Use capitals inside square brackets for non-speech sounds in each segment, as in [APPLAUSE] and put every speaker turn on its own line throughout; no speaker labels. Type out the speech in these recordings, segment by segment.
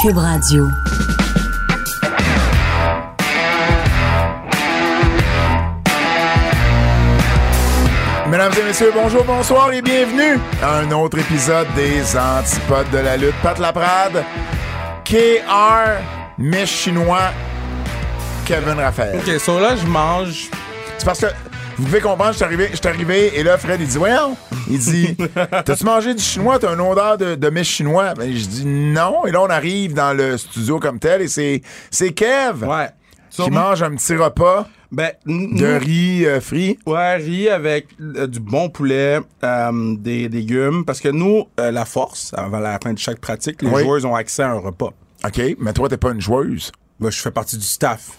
Cube Radio.
Mesdames et messieurs, bonjour, bonsoir et bienvenue à un autre épisode des Antipodes de la lutte. Pat Laprade, KR, mes chinois, Kevin Raphaël.
Ok, so là, je mange.
C'est parce que vous devez comprendre, je suis arrivé, je suis arrivé et là, Fred, il dit Well, il dit T'as-tu mangé du chinois T'as une odeur de, de mets chinois ben, Je dis Non. Et là, on arrive dans le studio comme tel et c'est, c'est Kev
Ouais.
qui mange un petit repas
Ben, n-
de
n-
riz euh, frit.
Ouais, riz avec euh, du bon poulet, euh, des légumes. Parce que nous, euh, la force, avant la fin de chaque pratique, les
Oui.
joueurs ont accès à un repas.
OK, mais toi, t'es pas une joueuse.
Moi, je fais partie du staff.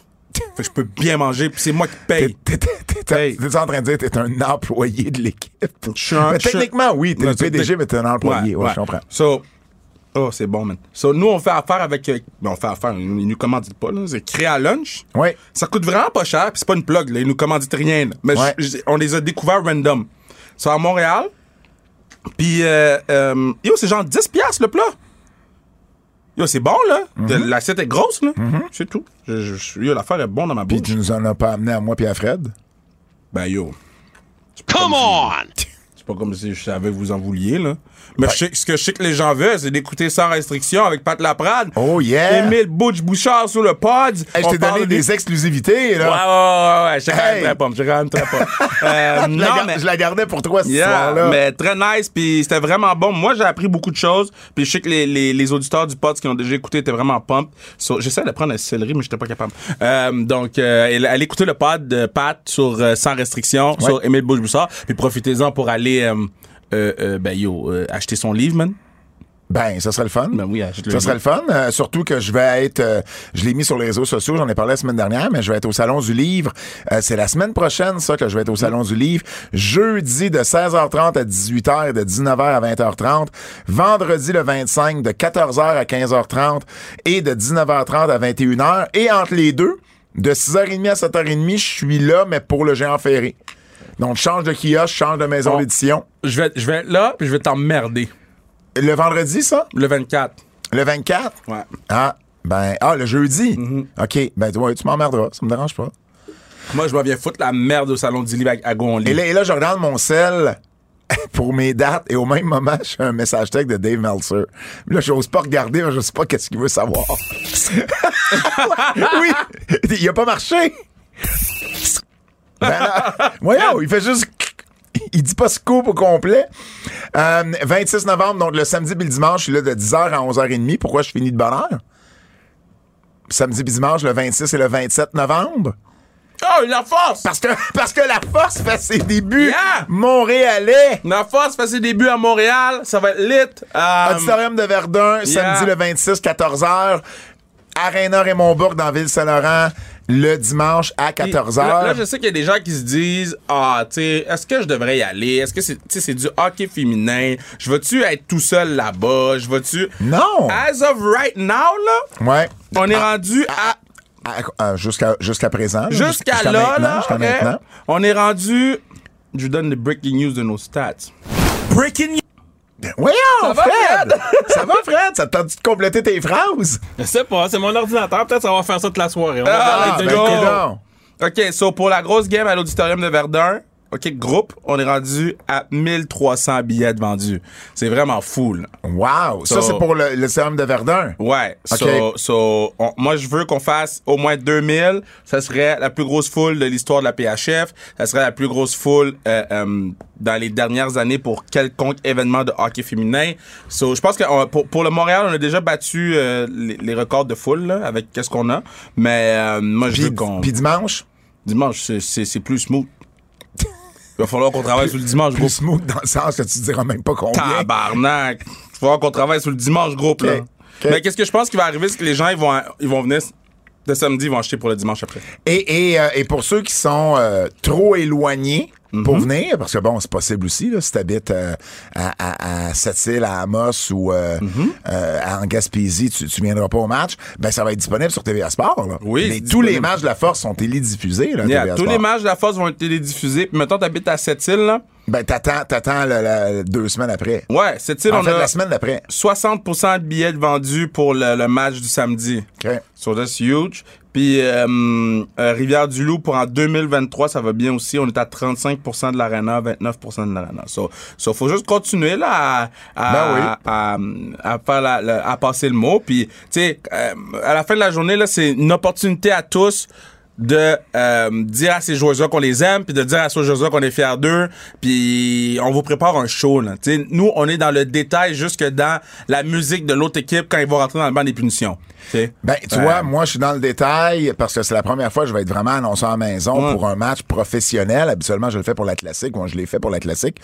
Fait que je peux bien manger, puis c'est moi qui paye.
T'es, t'es- t'es- t'es-
Hey.
t'es en train de dire que t'es un employé de l'équipe.
Je suis un-
Mais
je suis-
techniquement, oui, t'es
Ouais,
le PDG, mais t'es un employé. Ouais, je comprends.
So, oh, c'est bon, man. So, nous, on fait affaire avec. euh, ben, on fait affaire, ils nous commanditent pas, là. C'est créé à lunch.
Ouais.
Ça coûte vraiment pas cher, puis c'est pas une plug, là. Ils nous commanditent rien, là. Mais
Ouais.
je- je- on les a découverts random. C'est à Montréal. Puis, euh, euh, yo, c'est genre 10$ piastres, le plat. Yo, c'est bon, là.
Mhm.
De- L'assiette est grosse, là. C'est tout. Je, je- je- yo, l'affaire est bonne dans ma
Puis
bouche.
tu nous en as pas amené à moi puis à Fred.
Ben, yo. C'est pas
Come
comme si-
on!
C'est pas comme si je savais que vous en vouliez, là. Mais je sais- ce que je sais que les gens veulent, c'est d'écouter sans restriction avec Pat Laprade.
Oh, yeah.
Émile Butch Bouchard sur le pod.
Hey, je
On
t'ai
parle
donné
des-
des exclusivités,
Ouais, ouais,
là.
ouais, ouais. Je suis quand
Hey.
même très pomme. Je suis quand même très
[LAUGHS]
pomme. Euh,
Je la
non,
gar-
mais.
Je la gardais pour toi ce
yeah,
soir-là.
mais très nice, puis c'était vraiment bon. Moi, j'ai appris beaucoup de choses, puis je sais que les, les, les auditeurs du pod qui ont déjà écouté étaient vraiment pumped. So, J'essaie de prendre un céleri, mais j'étais pas capable. Euh, donc, euh, elle- allez écouter le pod de Pat sur euh, Sans Restriction, sur Émile Bouche-Boussard, puis profitez-en pour aller, euh, euh, euh, ben yo, euh, acheter son livre, man.
Ben, ça serait le fun.
Ben oui, achète-le.
Ça serait le fun, euh, surtout que je vais être, euh, je l'ai mis sur les réseaux sociaux, j'en ai parlé la semaine dernière, mais je vais être au Salon du Livre. Euh, c'est la semaine prochaine, ça, que je vais être au Salon du Livre. Jeudi de 16h30 à 18h et de 19h à 20h30. Vendredi le 25 de 14h à 15h30 et de 19h30 à 21h. Et entre les deux, de 6h30 à 7h30, je suis là, mais pour le géant ferré. Donc, je change de kiosque, je change de maison
Bon.
d'édition.
Je vais, je vais être là, puis je vais t'emmerder.
Le vendredi, ça?
Le 24.
Le 24?
Ouais.
Ah, ben, ah, le jeudi. OK. Ben, ouais, tu m'emmerderas. Ça me dérange pas.
Moi, je m'en viens foutre la merde au salon du livre à, à Gonly.
Et là, et là, je regarde mon sel [LAUGHS] pour mes dates et au même moment, j'ai un message texte de Dave Meltzer. Là, j'ose pas regarder, mais je sais pas qu'est-ce qu'il veut savoir. [LAUGHS] oui, il a pas marché. Ben, là, voyons, il fait juste... [LAUGHS] Il dit pas ce coup au complet. Euh, 26 novembre, donc le samedi puis le dimanche, je suis là de 10h à 11h30. Pourquoi je finis de bonne heure? Samedi puis dimanche, le 26 et le 27 novembre.
Oh, la force!
Parce que, [LAUGHS] parce que la force fait ses débuts
Yeah!
montréalais.
La force fait ses débuts à Montréal, ça va être lit. Euh,
Auditorium de Verdun,
yeah.
samedi le 26, 14h. Arena Raymond-Bourg dans Ville-Saint-Laurent, le dimanche à
puis Là, là,
14h.
je sais qu'il y a des gens qui se disent Ah, tu sais, est-ce que je devrais y aller Est-ce que c'est tu sais, c'est du hockey féminin Je veux-tu être tout seul là-bas Je veux-tu.
Non! Ah,
As of right now, là,
Ouais.
on est rendu à.
À- à- ah, Jusqu'à jusqu'à présent. là,
Ah! Jusqu'à
jusqu'à
là,
maintenant,
là,
jusqu'à
ok,
maintenant.
on est rendu. Je vous donne les breaking news de nos stats. Breaking news
Ben, Voyons,
Ça va,
Fred!
Fred?
ça va, Fred? Ça te tente de compléter tes phrases?
Je sais pas, c'est mon ordinateur, peut-être ça va faire ça toute la soirée. On va
Ah,
parler de
ben,
go.
go.
coudonc.
OK, so pour la grosse game à l'auditorium de Verdun, OK, groupe, on est rendu à 1300 billets de vendus. C'est vraiment fou, là.
Wow! Ça,
So-
c'est pour le, le sérum de Verdun.
Ouais. So,
OK.
so, on- moi, je veux qu'on fasse au moins 2000. Ça serait la plus grosse foule de l'histoire de la PHF. Ça serait la plus grosse foule euh, euh, dans les dernières années pour quelconque événement de hockey féminin. So, je pense que on- pour, pour le Montréal, on a déjà battu euh, les, les records de foule là, avec qu'est-ce qu'on a. Mais euh, moi, je
Puis,
veux qu'on...
puis dimanche,
Dimanche, c'est- c'est c'est plus smooth. Il va falloir qu'on travaille sur le dimanche,
plus
groupe.
smooth dans le sens que tu diras même pas combien.
Tabarnak! Il va falloir qu'on travaille sur le dimanche, groupe, là.
Ok.
Mais qu'est-ce que je pense qui va arriver, c'est que les gens, ils vont, ils vont venir le samedi, ils vont acheter pour le dimanche après.
Et, et, euh, et pour ceux qui sont euh, trop éloignés pour
Mhm.
venir, parce que bon, c'est possible aussi, là, si t'habites euh, à, à, à Sept-Îles, à Amos ou euh,
Mhm.
euh, à- en Gaspésie, tu, tu viendras pas au match, ben ça va être disponible sur TVA Sport. là.
Oui,
Mais
c'est
tous les
disponible.
matchs de la force sont télédiffusés. Là,
Yeah,
TVA
tous
Sport.
les matchs de la force vont être télédiffusés. Puis maintenant, t'habites à Sept-Îles, là.
Ben, t'attends, t'attends la- la- deux semaines après.
Ouais, c'est il
En
on
fait,
a
la semaine d'après.
60% de billets de vendus pour le, le match du samedi.
OK.
So that's huge. Puis euh, euh, Rivière-du-Loup, pour en 2023, ça va bien aussi. On est à 35 de l'arena, 29 de l'arena. So, so faut juste continuer là à, à,
Ben oui.
à, à faire la- la- à passer le mot. Puis, tu sais, euh, à la fin de la journée, là, c'est une opportunité à tous de euh, dire à ces joueurs-là qu'on les aime, puis de dire à ces joueurs-là qu'on est fiers d'eux, puis on vous prépare un show. Là. Tu sais, Nous, on est dans le détail jusque dans la musique de l'autre équipe quand ils vont rentrer dans le banc des punitions. tu sais.
Ben, tu
Ouais.
vois, moi, je suis dans le détail parce que c'est la première fois que je vais être vraiment annoncé en maison
Ouais.
pour un match professionnel. Habituellement, je le fais pour la classique. Moi, je l'ai fait pour la classique.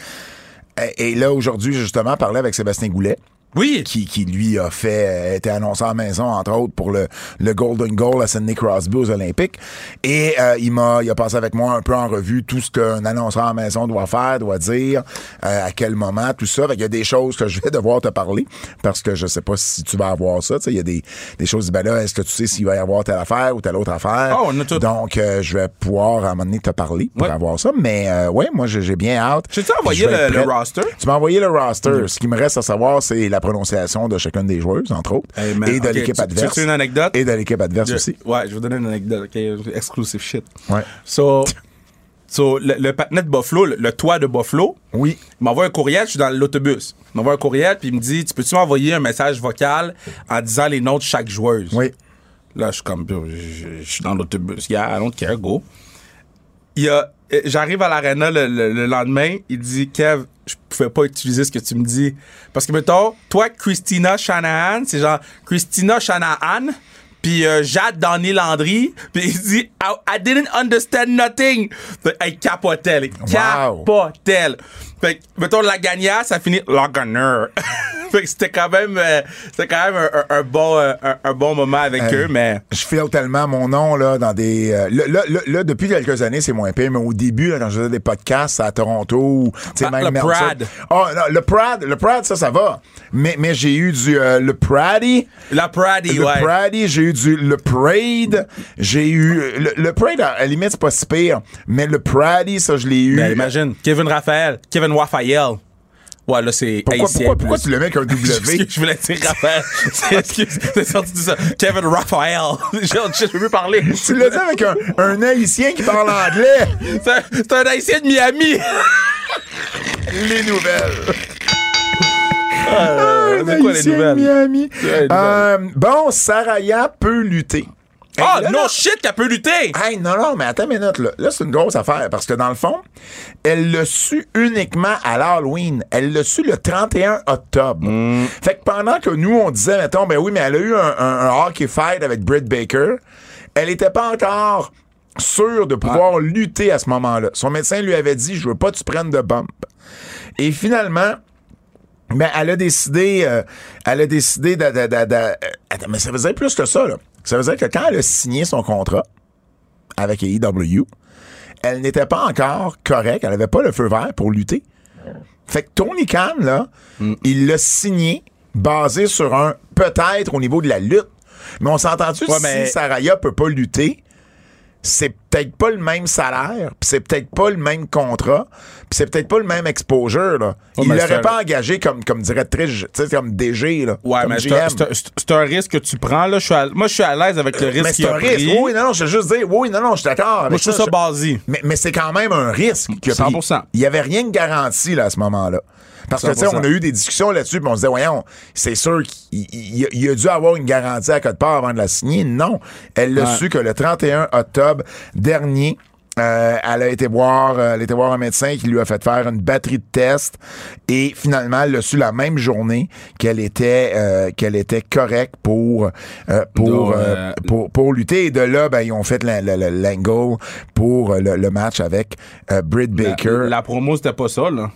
Et, et là, aujourd'hui, j'ai justement, parlé avec Sébastien Goulet.
Oui,
Qui, qui, lui a fait, euh, était annoncé en maison, entre autres, pour le, le Golden Goal à Sidney Crosby aux Olympiques. Et euh, il m'a, il a passé avec moi un peu en revue tout ce qu'un annonceur en maison doit faire, doit dire, euh, à quel moment, tout ça. Fait il y a des choses que je vais devoir te parler parce que je sais pas si tu vas avoir ça. Tu sais, Il y a des, des choses, ben là, est-ce que tu sais s'il va y avoir telle affaire ou telle autre affaire?
Ah, on a tout.
Donc, euh, je vais pouvoir à un moment donné te parler pour
Ouais.
avoir ça. Mais euh, ouais, moi, j'ai j'ai bien hâte.
J'ai-tu envoyé
Je vais être
le- le
prêt.
roster? Mm.
Tu m'as envoyé le roster. Ce qui me reste à savoir, c'est la prononciation de chacune des joueuses, entre autres,
Hey, man,
et de
ok,
l'équipe
tu-
adverse.
tu veux une anecdote?
Et de l'équipe adverse
Je-
aussi.
Ouais, je vais vous donner une anecdote, ok? Exclusive shit.
Ouais.
So, so le, le patinet de Buffalo, le, le toit de Buffalo,
Oui.
il m'envoie un courriel, je suis dans l'autobus. Il m'envoie un courriel, puis il me dit Tu peux-tu m'envoyer un message vocal en disant les noms de chaque joueuse
Oui.
Là, je suis comme Yo, je, je- je suis dans l'autobus, yeah, I don't care, go. Il y a- euh, J'arrive à l'aréna le, le- le lendemain, il dit Kev, je pouvais pas utiliser ce que tu me dis. Parce que, mettons, toi, Christina Shanahan, c'est genre Christina Shanahan, puis euh, Jade Danny Landry, puis il dit I, I didn't understand nothing. Fait, elle capotait, elle capotait. Fait que, mettons, la gagnante, ça finit la gagneur. [LAUGHS] fait que c'était quand même, euh, c'était quand même un, un- un bon, euh, un, un bon moment avec
Euh,
eux, mais.
Je file tellement mon nom là dans des. euh, là, là- là- là, depuis quelques années, c'est moins pire, mais au début, là, quand je faisais des podcasts à Toronto, ou, tu sais,
Ah,
même
le
Meltzer-
Prad.
Ah, non, le Prad, le Prad, ça, ça va. Mais, mais j'ai eu du euh, le Praddy.
La Praddy,
Le
ouais.
Prady, j'ai eu du Le Prade, j'ai eu. Le, le Prade, à la limite, c'est pas si pire, mais le Prady, ça, je l'ai eu.
Ben, imagine. Kevin Raphaël. Kevin Raphaël. Ouais, là, c'est
Pourquoi,
haïtien
pourquoi,
plus.
pourquoi tu le mets avec un
[LAUGHS] Parce
W?
que je voulais dire
[LAUGHS]
Raphaël. C'est- excuse, c'est sorti de ça. Kevin Raphaël. [LAUGHS] je, je peux plus parler.
tu l'as dit avec un, un haïtien qui parle anglais.
C'est un- c'est un haïtien de Miami.
Les nouvelles. Euh,
c'est quoi les
Haïtien de
nouvelles?
Miami.
les nouvelles?
Euh, bon, Saraya peut lutter.
Ah,
Hey, là,
non,
là.
shit, qu'elle peut lutter.
Hey, non, non, mais attends une minute, là. Là, c'est une grosse affaire, parce que dans le fond, elle l'a su uniquement à l'Halloween. Elle l'a su le 31 octobre. Fait que pendant que nous, on disait, mettons, ben oui, mais elle a eu un, un- un hockey fight avec Britt Baker, elle n'était pas encore sûre de pouvoir lutter à ce moment-là. Son médecin lui avait dit, je veux pas que tu prennes de bump. Et finalement, mais elle a décidé, euh, elle a décidé d'a- d'a- d'a- d'a- euh, attends, mais ça veut dire plus que ça, là. Ça veut dire que quand elle a signé son contrat avec AEW, elle n'était pas encore correcte, elle n'avait pas le feu vert pour lutter. Fait que Tony Khan, là,
Mm.
il l'a signé basé sur un peut-être au niveau de la lutte. Mais on s'est entendu
Ouais,
si
mais-
Saraya peut pas lutter, c'est peut-être pas le même salaire, puis c'est peut-être pas le même contrat, puis c'est peut-être pas le même exposure. Là. il
mais c'est
l'aurait
un-
pas engagé comme, comme directrice, tu sais, comme DG, là,
Ouais,
comme
mais c'est
GM.
un- c'est un- c'est un risque que tu prends, là. Je suis à- moi, je suis à l'aise avec le
Mais
risque
c'est
qu'il a
un
pris.
risque. Oui, non, non, je veux juste dire, oui, non, non, je suis d'accord.
moi,
avec
je trouve
ça,
ça
je-
basé.
Mais, mais c'est quand même un risque qu'il a pris.
100%.
Il n'y avait rien de garanti là, à ce moment-là. Parce que, tu sais, on a
100%.
eu des discussions là-dessus, puis on se disait, voyons, c'est sûr qu'il il- il a dû avoir une garantie à quelque part avant de la signer. Non. Elle l'a
Ouais.
su que le 31 octobre dernier, euh, elle a été voir, euh, elle a été voir un médecin qui lui a fait faire une batterie de tests et finalement, elle l'a su la même journée qu'elle était, euh, qu'elle était correcte pour, euh, pour,
Donc,
euh,
euh,
pour, pour lutter. Et de là, ben, ils ont fait la- la- la- l'angle pour euh, le, le match avec euh, Britt Baker.
La, la promo, c'était pas ça, là.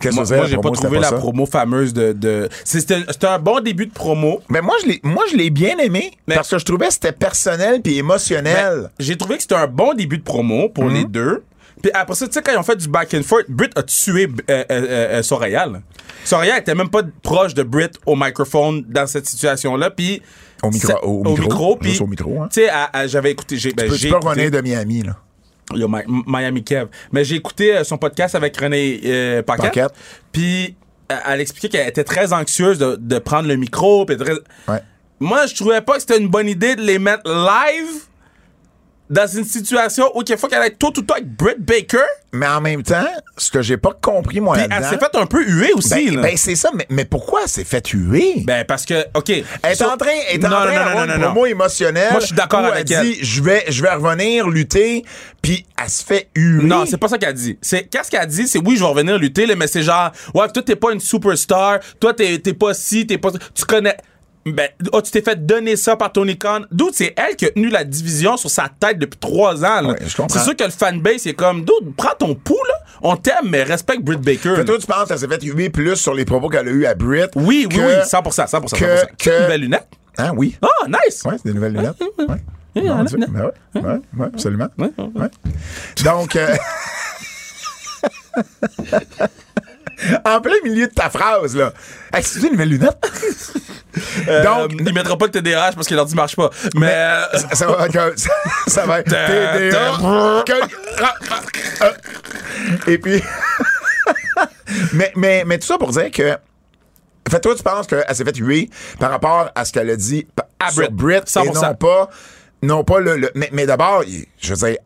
Qu'est-ce
Moi,
que c'est,
moi,
la
j'ai pas
promo,
trouvé
c'était
la
ça?
promo fameuse de. de... c'est- C'était c'était un bon début de promo.
Mais moi, je l'ai, moi, je l'ai bien aimé
Mais-
parce que je trouvais que c'était personnel puis émotionnel.
Ben, J'ai trouvé que c'était un bon début de promo pour
Mhm.
les deux. Puis après ça, tu sais, quand ils ont fait du back and forth, Britt a tué euh, euh, euh, Soraya. là. Soraya était même pas proche de Britt au microphone dans cette situation-là. Puis.
Au micro-
ça-
au micro,
puis.
juste au micro, hein.
Tu sais, à- à- j'avais écouté. j'ai- ben,
Tu peux-
j'ai
tu peux
écouté-
revenir de Miami, là.
Yo, Mi- Miami Kev. Mais j'ai écouté euh, son podcast avec René euh, Paquette.
Paquette.
Puis euh, elle expliquait qu'elle était très anxieuse de, de prendre le micro. puis très-
Ouais.
Moi, je trouvais pas que c'était une bonne idée de les mettre live dans une situation où il faut qu'elle aille tout tout avec Britt Baker.
Mais en même temps, ce que j'ai pas compris, moi,
Puis elle
là-dedans.
s'est faite un peu huer aussi.
Ben,
là.
ben, c'est ça, mais, mais pourquoi elle s'est fait huer?
Ben, parce que, OK.
Elle est
So-
en train, elle est
Non,
en train
non, non,
d'avoir
non,
une
non,
promo
non.
émotionnelle.
Moi, je suis d'accord
où
avec
elle.
elle.
dit, je vais, je vais revenir lutter, puis elle se fait huer.
Non, c'est pas ça qu'elle dit. C'est qu'est-ce qu'elle dit, c'est oui, je vais revenir lutter, là, mais c'est genre, ouais, toi t'es pas une superstar, toi t'es t'es pas ci, t'es pas, tu connais. Ben, oh, tu t'es fait donner ça par Tony Khan. D'où c'est elle qui a tenu la division sur sa tête depuis trois ans. là.
Ouais, je comprends.
c'est sûr que le fanbase est comme, d'où prends ton pouls là, on t'aime, mais respecte Britt Baker.
Fait,
là.
toi, tu penses qu'elle s'est fait huer plus sur les propos qu'elle a eu à Britt?
Oui, oui,
que-
oui, 100%, 100%,
que-
100%. C'est
que-
une belle lunette.
Hein, oui.
Ah, nice.
Ouais, c'est des nouvelles lunettes. Ouais.
ouais,
Mon
ouais,
Dieu.
ouais.
Ben ouais, ouais, ouais, absolument. Ouais. Donc, euh, [LAUGHS] en plein milieu de ta phrase, là. Excusez, nouvelles lunettes.
Donc,
Donc,
Euh, il mettra pas le TDAH parce que l'ordi marche pas. Mais, euh,
ça va être. Ça va être. TDA. Que- ah, Et puis. [LAUGHS] mais, mais, mais tout ça pour dire que. Fait, toi, tu penses qu'elle s'est fait huer par rapport à ce qu'elle a dit pa-
À
sur
Brit,
Brit, et
100%.
non pas. Non pas le. le- mais mais d'abord, il- je veux dire.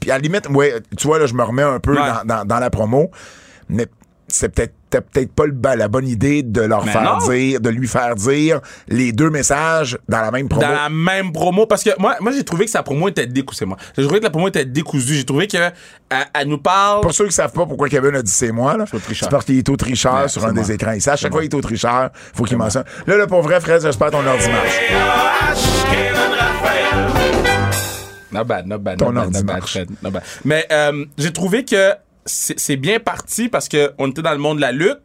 Puis à la limite, ouais, tu vois, là, je me remets un peu
Ouais.
dans, dans- dans la promo. Mais c'est peut-être. t'as peut-être pas le, ba- la bonne idée de leur
Mais
faire
non.
dire, de lui faire dire les deux messages dans la même promo.
dans la même promo parce que moi moi j'ai trouvé que sa promo était décousue moi j'ai trouvé que la promo était décousue j'ai trouvé que euh, elle, nous parle
Pour ceux qui savent pas pourquoi Kevin a dit c'est moi, là,
au tricheur.
c'est parce qu'il est au tricheur
Ouais,
sur
c'est
un
moi.
des écrans. Il sait, à chaque fois qu'il est au tricheur, faut qu'il mentionne. Là, là, pour vrai, Fred, j'espère ton ordi marche.
non bad not bad
Ton
not bad,
ordi
not bad,
marche.
Fred, not bad. mais euh, j'ai trouvé que c'est c'est bien parti parce que on était dans le monde de la lutte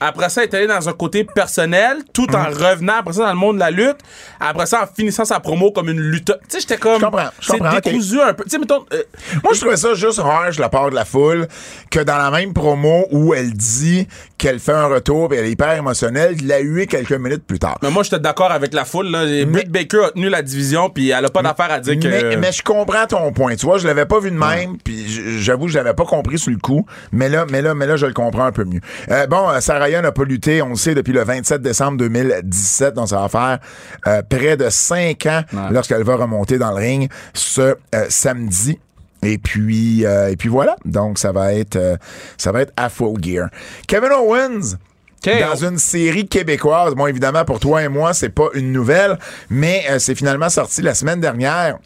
après ça, elle est allée dans un côté personnel, tout en
Mhm.
revenant après ça dans le monde de la lutte. Après ça, en finissant sa promo comme une lutte. Tu sais, j'étais comme.
Je comprends, je
C'est
comprends, ok.
décousu un peu. Tu sais, mettons. euh,
Moi, je trouvais ça juste harsh de la part de la foule que dans la même promo où elle dit qu'elle fait un retour et elle est hyper émotionnelle, il l'a hué quelques minutes plus tard.
mais moi, j'étais d'accord avec la foule. Là. Britt Baker a tenu la division, puis elle a pas d'affaire à dire que.
Mais, mais je comprends ton point. Tu vois, je l'avais pas vu de même, puis j- j'avoue, je l'avais pas compris sur le coup. Mais là, mais là, mais là, je le comprends un peu mieux. Euh, bon, euh, Sarayan n'a pas lutté, on le sait, depuis le 27 décembre 2017, donc ça va faire euh, près de 5 ans lorsqu'elle va remonter dans le ring ce euh, samedi. Et puis, euh, et puis voilà. Donc, ça va être, euh, ça va être à full gear. Kevin Owens.
Ok,
dans une série québécoise. Bon, évidemment, pour toi et moi, c'est pas une nouvelle, mais euh, c'est finalement sorti la semaine dernière.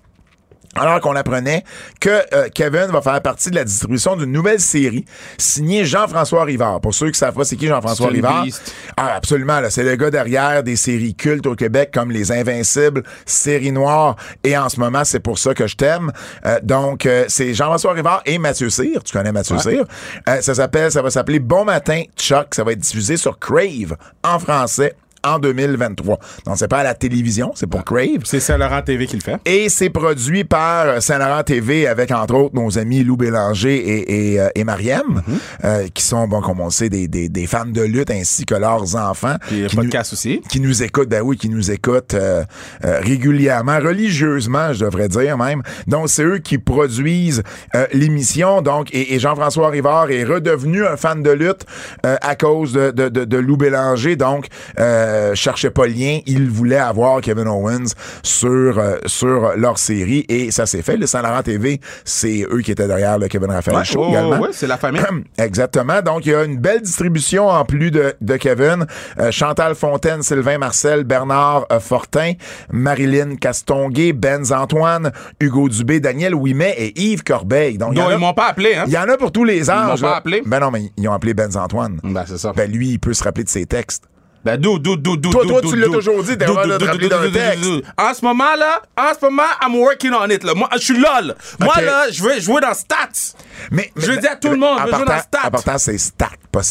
Alors qu'on apprenait que euh, Kevin va faire partie de la distribution d'une nouvelle série signée Jean-François Rivard. Pour ceux qui savent pas c'est qui Jean-François
C'est une
Rivard,
beast.
ah, absolument, là, c'est le gars derrière des séries cultes au Québec comme Les Invincibles, Série Noire et en ce moment c'est pour ça que je t'aime. Euh, donc euh, c'est Jean-François Rivard et Mathieu Cyr, tu connais Mathieu Cyr. Euh, ça s'appelle ça va s'appeler Bon matin Chuck, ça va être diffusé sur Crave en français en 2023. Donc c'est pas à la télévision, c'est
Ah.
pour Crave.
C'est Saint-Laurent TV qui le fait.
Et c'est produit par euh, Saint-Laurent TV avec, entre autres, nos amis Lou Bélanger et, et, euh, et Mariem, euh, qui sont, bon, comme on le sait, des, des, des fans de lutte ainsi que leurs enfants.
Puis
qui nous-
podcast aussi.
qui nous écoutent, ben oui, qui nous écoutent euh, euh, régulièrement, religieusement, je devrais dire même. Donc, c'est eux qui produisent euh, l'émission. Donc, et, et Jean-François Rivard est redevenu un fan de lutte euh, à cause de, de, de, de Lou Bélanger. Donc, euh, cherchez pas le lien. Il voulait avoir Kevin Owens sur, euh, sur leur série et ça s'est fait. Le Saint-Laurent TV, c'est eux qui étaient derrière le Kevin Raphaël Show
Oh,
également.
ouais, c'est la famille.
[CLEARS THROAT] Exactement. Donc, il y a une belle distribution en plus de, de Kevin. Euh, Chantal Fontaine, Sylvain Marcel, Bernard euh, Fortin, Marilyn Castonguay, Benz Antoine, Hugo Dubé, Daniel Ouimet et Yves Corbeil. Donc, il y,
Donc, ils
en a,
m'ont pas appelé, hein?
il y en a pour tous les âges.
m'ont pas
là.
appelé.
Ben non, mais ils ont appelé Benz Antoine.
Ben, c'est ça.
Ben lui, il peut se rappeler de ses textes.
Ben, d'où, d'où, d'où, d'où,
Toi,
d'où,
toi,
d'où,
tu l'as
d'où,
toujours dit,
d'où,
d'avoir
d'où,
le
d'où,
rappeler
d'où,
d'un
d'où, d'où,
texte.
d'où. En ce moment, là, en ce moment, I'm working on it, là. Moi, je suis là, là. Moi,
Ok.
là, je veux jouer dans stats.
Mais,
Je
mais-
le dis à tout le
mais-
monde,
en
je veux jouer dans
partant-
Stats.
En partant, c'est stats, pas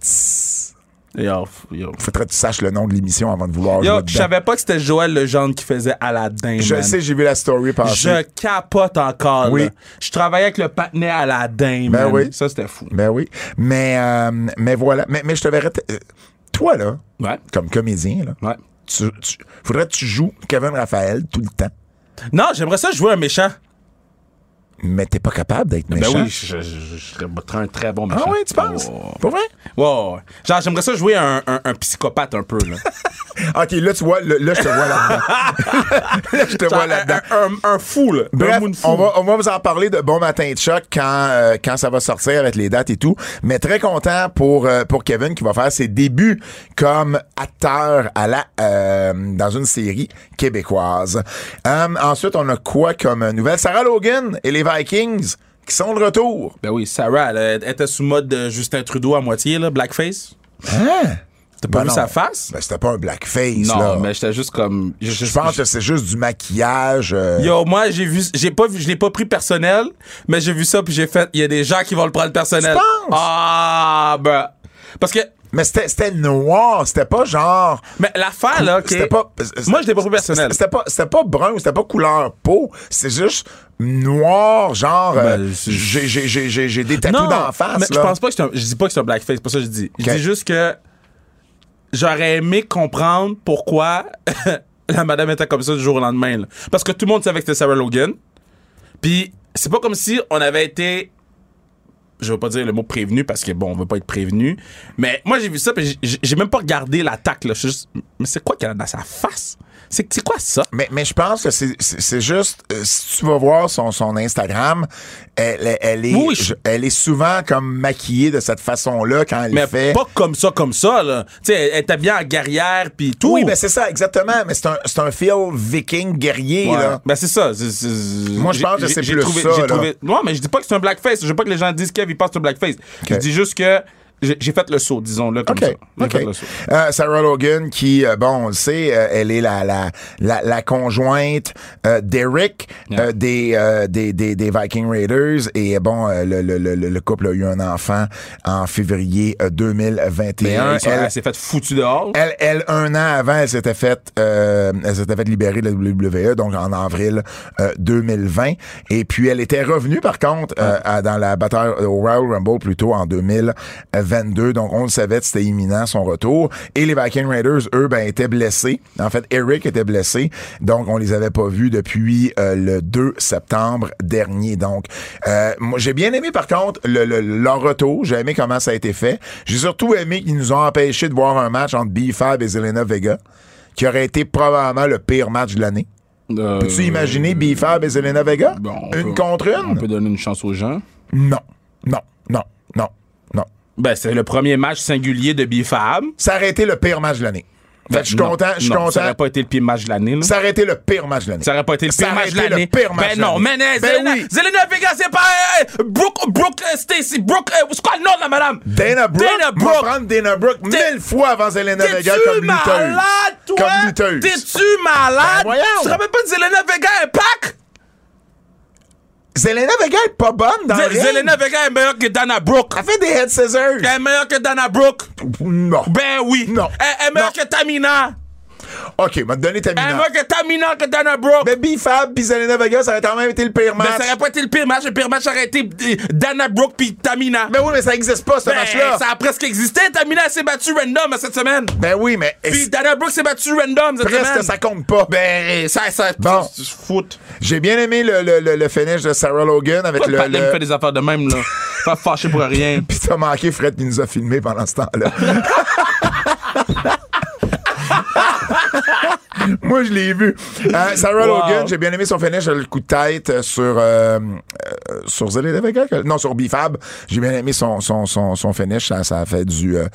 stats.
Yo, yo.
Faudrait que tu saches le nom de l'émission avant de vouloir jouer
Yo,
dedans.
je savais pas que c'était Joël Legendre qui faisait Aladdin,
Je
man.
sais, j'ai vu la story passer.
Je capote encore,
Oui.
là. Je travaillais avec le patinet Aladdin,
Ben
man.
oui.
Ça, c'était fou.
Ben oui. Mais, euh, mais voilà. Mais, mais je te verrais. t- euh, Toi, là,
Ouais.
comme comédien, là,
Ouais.
tu, tu- faudrait que tu joues Kevin Raphaël tout le temps.
Non, j'aimerais ça jouer un méchant.
Mais t'es pas capable d'être méchant.
Ben oui, Oh. je, je- je- je serais un très bon méchant.
Ah ouais, tu penses?
Ouais,
Pour vrai?
Ouais, ouais, ouais. Genre, j'aimerais ça jouer un, un- un psychopathe un peu, là.
OK, là, tu vois, là, là, je te vois là-dedans.
[LAUGHS]
là, je te
Genre,
vois là-dedans.
un, un- un fou, là. un
Bref,
moon fou.
on va, on va vous en parler de Bon Matin de Choc quand, euh, quand ça va sortir avec les dates et tout. Mais très content pour, euh, pour Kevin qui va faire ses débuts comme acteur à la, euh, dans une série québécoise. Euh, ensuite, on a quoi comme nouvelle? Sarah Logan et les Vikings qui sont de retour.
Ben oui, Sarah, elle, elle était sous mode de Justin Trudeau à moitié, là, blackface.
Hein?
T'as pas vu sa face?
Ben, c'était pas un blackface,
non,
là.
mais j'étais juste comme. Je,
Je pense que c'est juste du maquillage. euh,
Yo, moi, j'ai vu, j'ai pas vu, je l'ai pas pris personnel, mais j'ai vu ça puis j'ai fait, il y a des gens qui vont le prendre personnel.
Tu penses?
Ah, ben. Parce que,
Mais c'était c'était noir, c'était pas genre.
mais l'affaire, là, ok.
C'était pas.
Moi, je l'ai pas pris personnel.
C'était pas, c'était pas brun, c'était pas couleur peau, c'est juste noir, genre. euh,
Ben, c'est-
j'ai- j'ai- J'ai j'ai- j'ai des tatous d'en face.
Mais je
là.
pense pas que c'est un, je dis pas que c'est un blackface, c'est pas ça que je dis. Je
Ok.
dis juste que j'aurais aimé comprendre pourquoi [LAUGHS] la madame était comme ça du jour au lendemain. là. Parce que tout le monde savait que c'était Sarah Logan. Puis c'est pas comme si on avait été je veux pas dire le mot prévenu parce que bon, on veut pas être prévenu, mais moi j'ai vu ça puis j'ai- j'ai même pas regardé l'attaque là, je suis juste mais c'est quoi qu'elle a dans sa face C'est c'est quoi ça
Mais, mais je pense que c'est- c'est c'est juste, euh, si tu vas voir son, son Instagram, elle, elle, est,
Oui, je-
je- elle est souvent comme maquillée de cette façon-là quand elle
Mais
fait.
pas comme ça comme ça là. Tu sais, elle était bien en guerrière puis tout.
Oui, mais c'est ça, exactement. Mais c'est un, c'est un feel viking guerrier,
Ouais.
là.
Ben c'est ça. c'est- c'est-
Moi, je pense que
j'ai-
c'est
j'ai
plus
trouvé-
ça,
j'ai
là.
trouvé- Non, mais je dis pas que c'est un blackface. Je veux pas que les gens disent Kev, il passe un blackface. Je dis juste que j'ai j'ai fait le saut, disons-le comme ça.
OK.
J'ai
OK.
fait le saut.
Euh, Sarah Logan, qui, euh, bon, on le sait, euh, elle est la, la, la, la conjointe euh, d'Eric
Yeah.
euh, des, euh, des, des, des Viking Raiders. Et euh, bon, euh, le, le, le, le couple a eu un enfant en février euh,
Et
2021.
un, ça,
Elle-
elle s'est faite foutu dehors.
elle, elle, un an avant, elle s'était faite, euh, elle s'était faite libérer de la WWE, donc en avril euh, 2020. Et puis, elle était revenue, par contre, euh, à- dans la bataille euh, au Royal Rumble, plutôt en 2022. Donc, on le savait, que c'était imminent, son retour. Et les Viking Raiders, eux, ben, étaient blessés. En fait, Eric était blessé. Donc, on les avait pas vus depuis euh, le 2 septembre dernier. Donc, euh, moi, j'ai bien aimé, par contre, le, le- leur retour. J'ai aimé comment ça a été fait. J'ai surtout aimé qu'ils nous ont empêchés de voir un match entre B-Fab et Zelena Vega, qui aurait été probablement le pire match de l'année.
Euh,
Peux-tu imaginer B-Fab et Zelena Vega?
bon, on
une
peut-
contre
On
une?
peut donner une chance aux gens.
Non. Non. Non. Non. Non.
Ben, c'est le premier match singulier de Bifab.
Ça aurait été le pire match de l'année. Fait que je suis
Non,
content, je suis
non,
content.
Ça aurait pas été le pire match de l'année. là.
Ça aurait été le pire match de l'année.
Ça aurait pas été le
Ça
pire
aurait
match de
été le
l'année.
pire match
Ben
de
non, mais
l'année.
non,
Ben
Zelena,
oui.
Zelena Vega, c'est pas euh, Brooke, Brooke euh, Stacy, Brooke, euh, c'est quoi le nom de la madame?
Dana Brooke,
Dana
moi,
Brooke.
prendre Dana Brooke
T'es-
mille fois avant Zelena
T'es-tu
Vega comme lutteuse.
malade, toi?
Comme lutteuse.
T'es-tu malade?
Ben voyons.
tu te rappelles pas de Zelena Vega et Pac?
Zelena Vega est pas bonne dans le ring.
Zelena Vega est meilleure que Dana Brooke.
Elle fait des head scissors.
Elle est meilleure que Dana Brooke.
Non.
Ben oui.
Non.
Elle est meilleure
Non.
que Tamina.
OK, m'a donné ta
Elle est
minute.
meilleure que Tamina que Dana Brooke.
Mais B-Fab pis Zelena Vega, ça aurait quand même été le pire
Ben,
match.
ça aurait pas été le pire match. Le pire match aurait été euh, Dana Brooke puis Tamina.
Ben oui, mais ça existe pas, ce
Ben,
match-là.
ça a presque existé. Tamina elle s'est battue random cette semaine.
Ben oui, mais
Puis
c'est-
Dana Brooke s'est battue random cette
presque
semaine.
ça compte pas.
Ben, ça, ça.
Bon.
se fout.
J'ai bien aimé le, le, le, le finish de Sarah Logan avec le...
Pat Lane
le-
fait des affaires de
[LAUGHS]
même, là. Pas fâché pour rien.
Puis t'as manqué Fred qui nous a filmé pendant ce temps-là. [LAUGHS] Moi, je l'ai vu. Euh, Sarah
Wow.
Logan, j'ai bien aimé son finish, le coup de tête euh, sur euh, euh, sur Zelena Vega, que- non sur Bifab. J'ai bien aimé son son, son, son finish, ça, ça a fait du euh,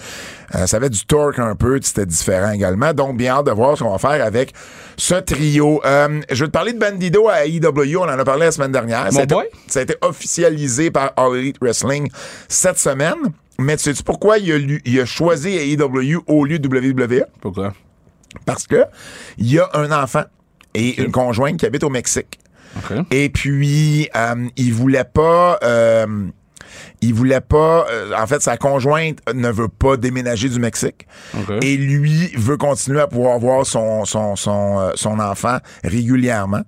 euh, ça avait du torque un peu, puis c'était différent également. Donc bien hâte de voir ce qu'on va faire avec ce trio. Euh, je vais te parler de Bandido à IW, on en a parlé la semaine dernière. ça, a été,
boy.
ça a été officialisé par All Elite Wrestling cette semaine. Mais tu sais pourquoi il a, lu- il a choisi AEW au lieu de WWE?
Pourquoi?
Parce que il y a un enfant et une conjointe qui habite au Mexique.
OK.
Et puis, euh, il voulait pas. euh, il voulait pas. euh, en fait, sa conjointe ne veut pas déménager du Mexique.
Ok.
Et lui veut continuer à pouvoir voir son son son euh, son enfant régulièrement.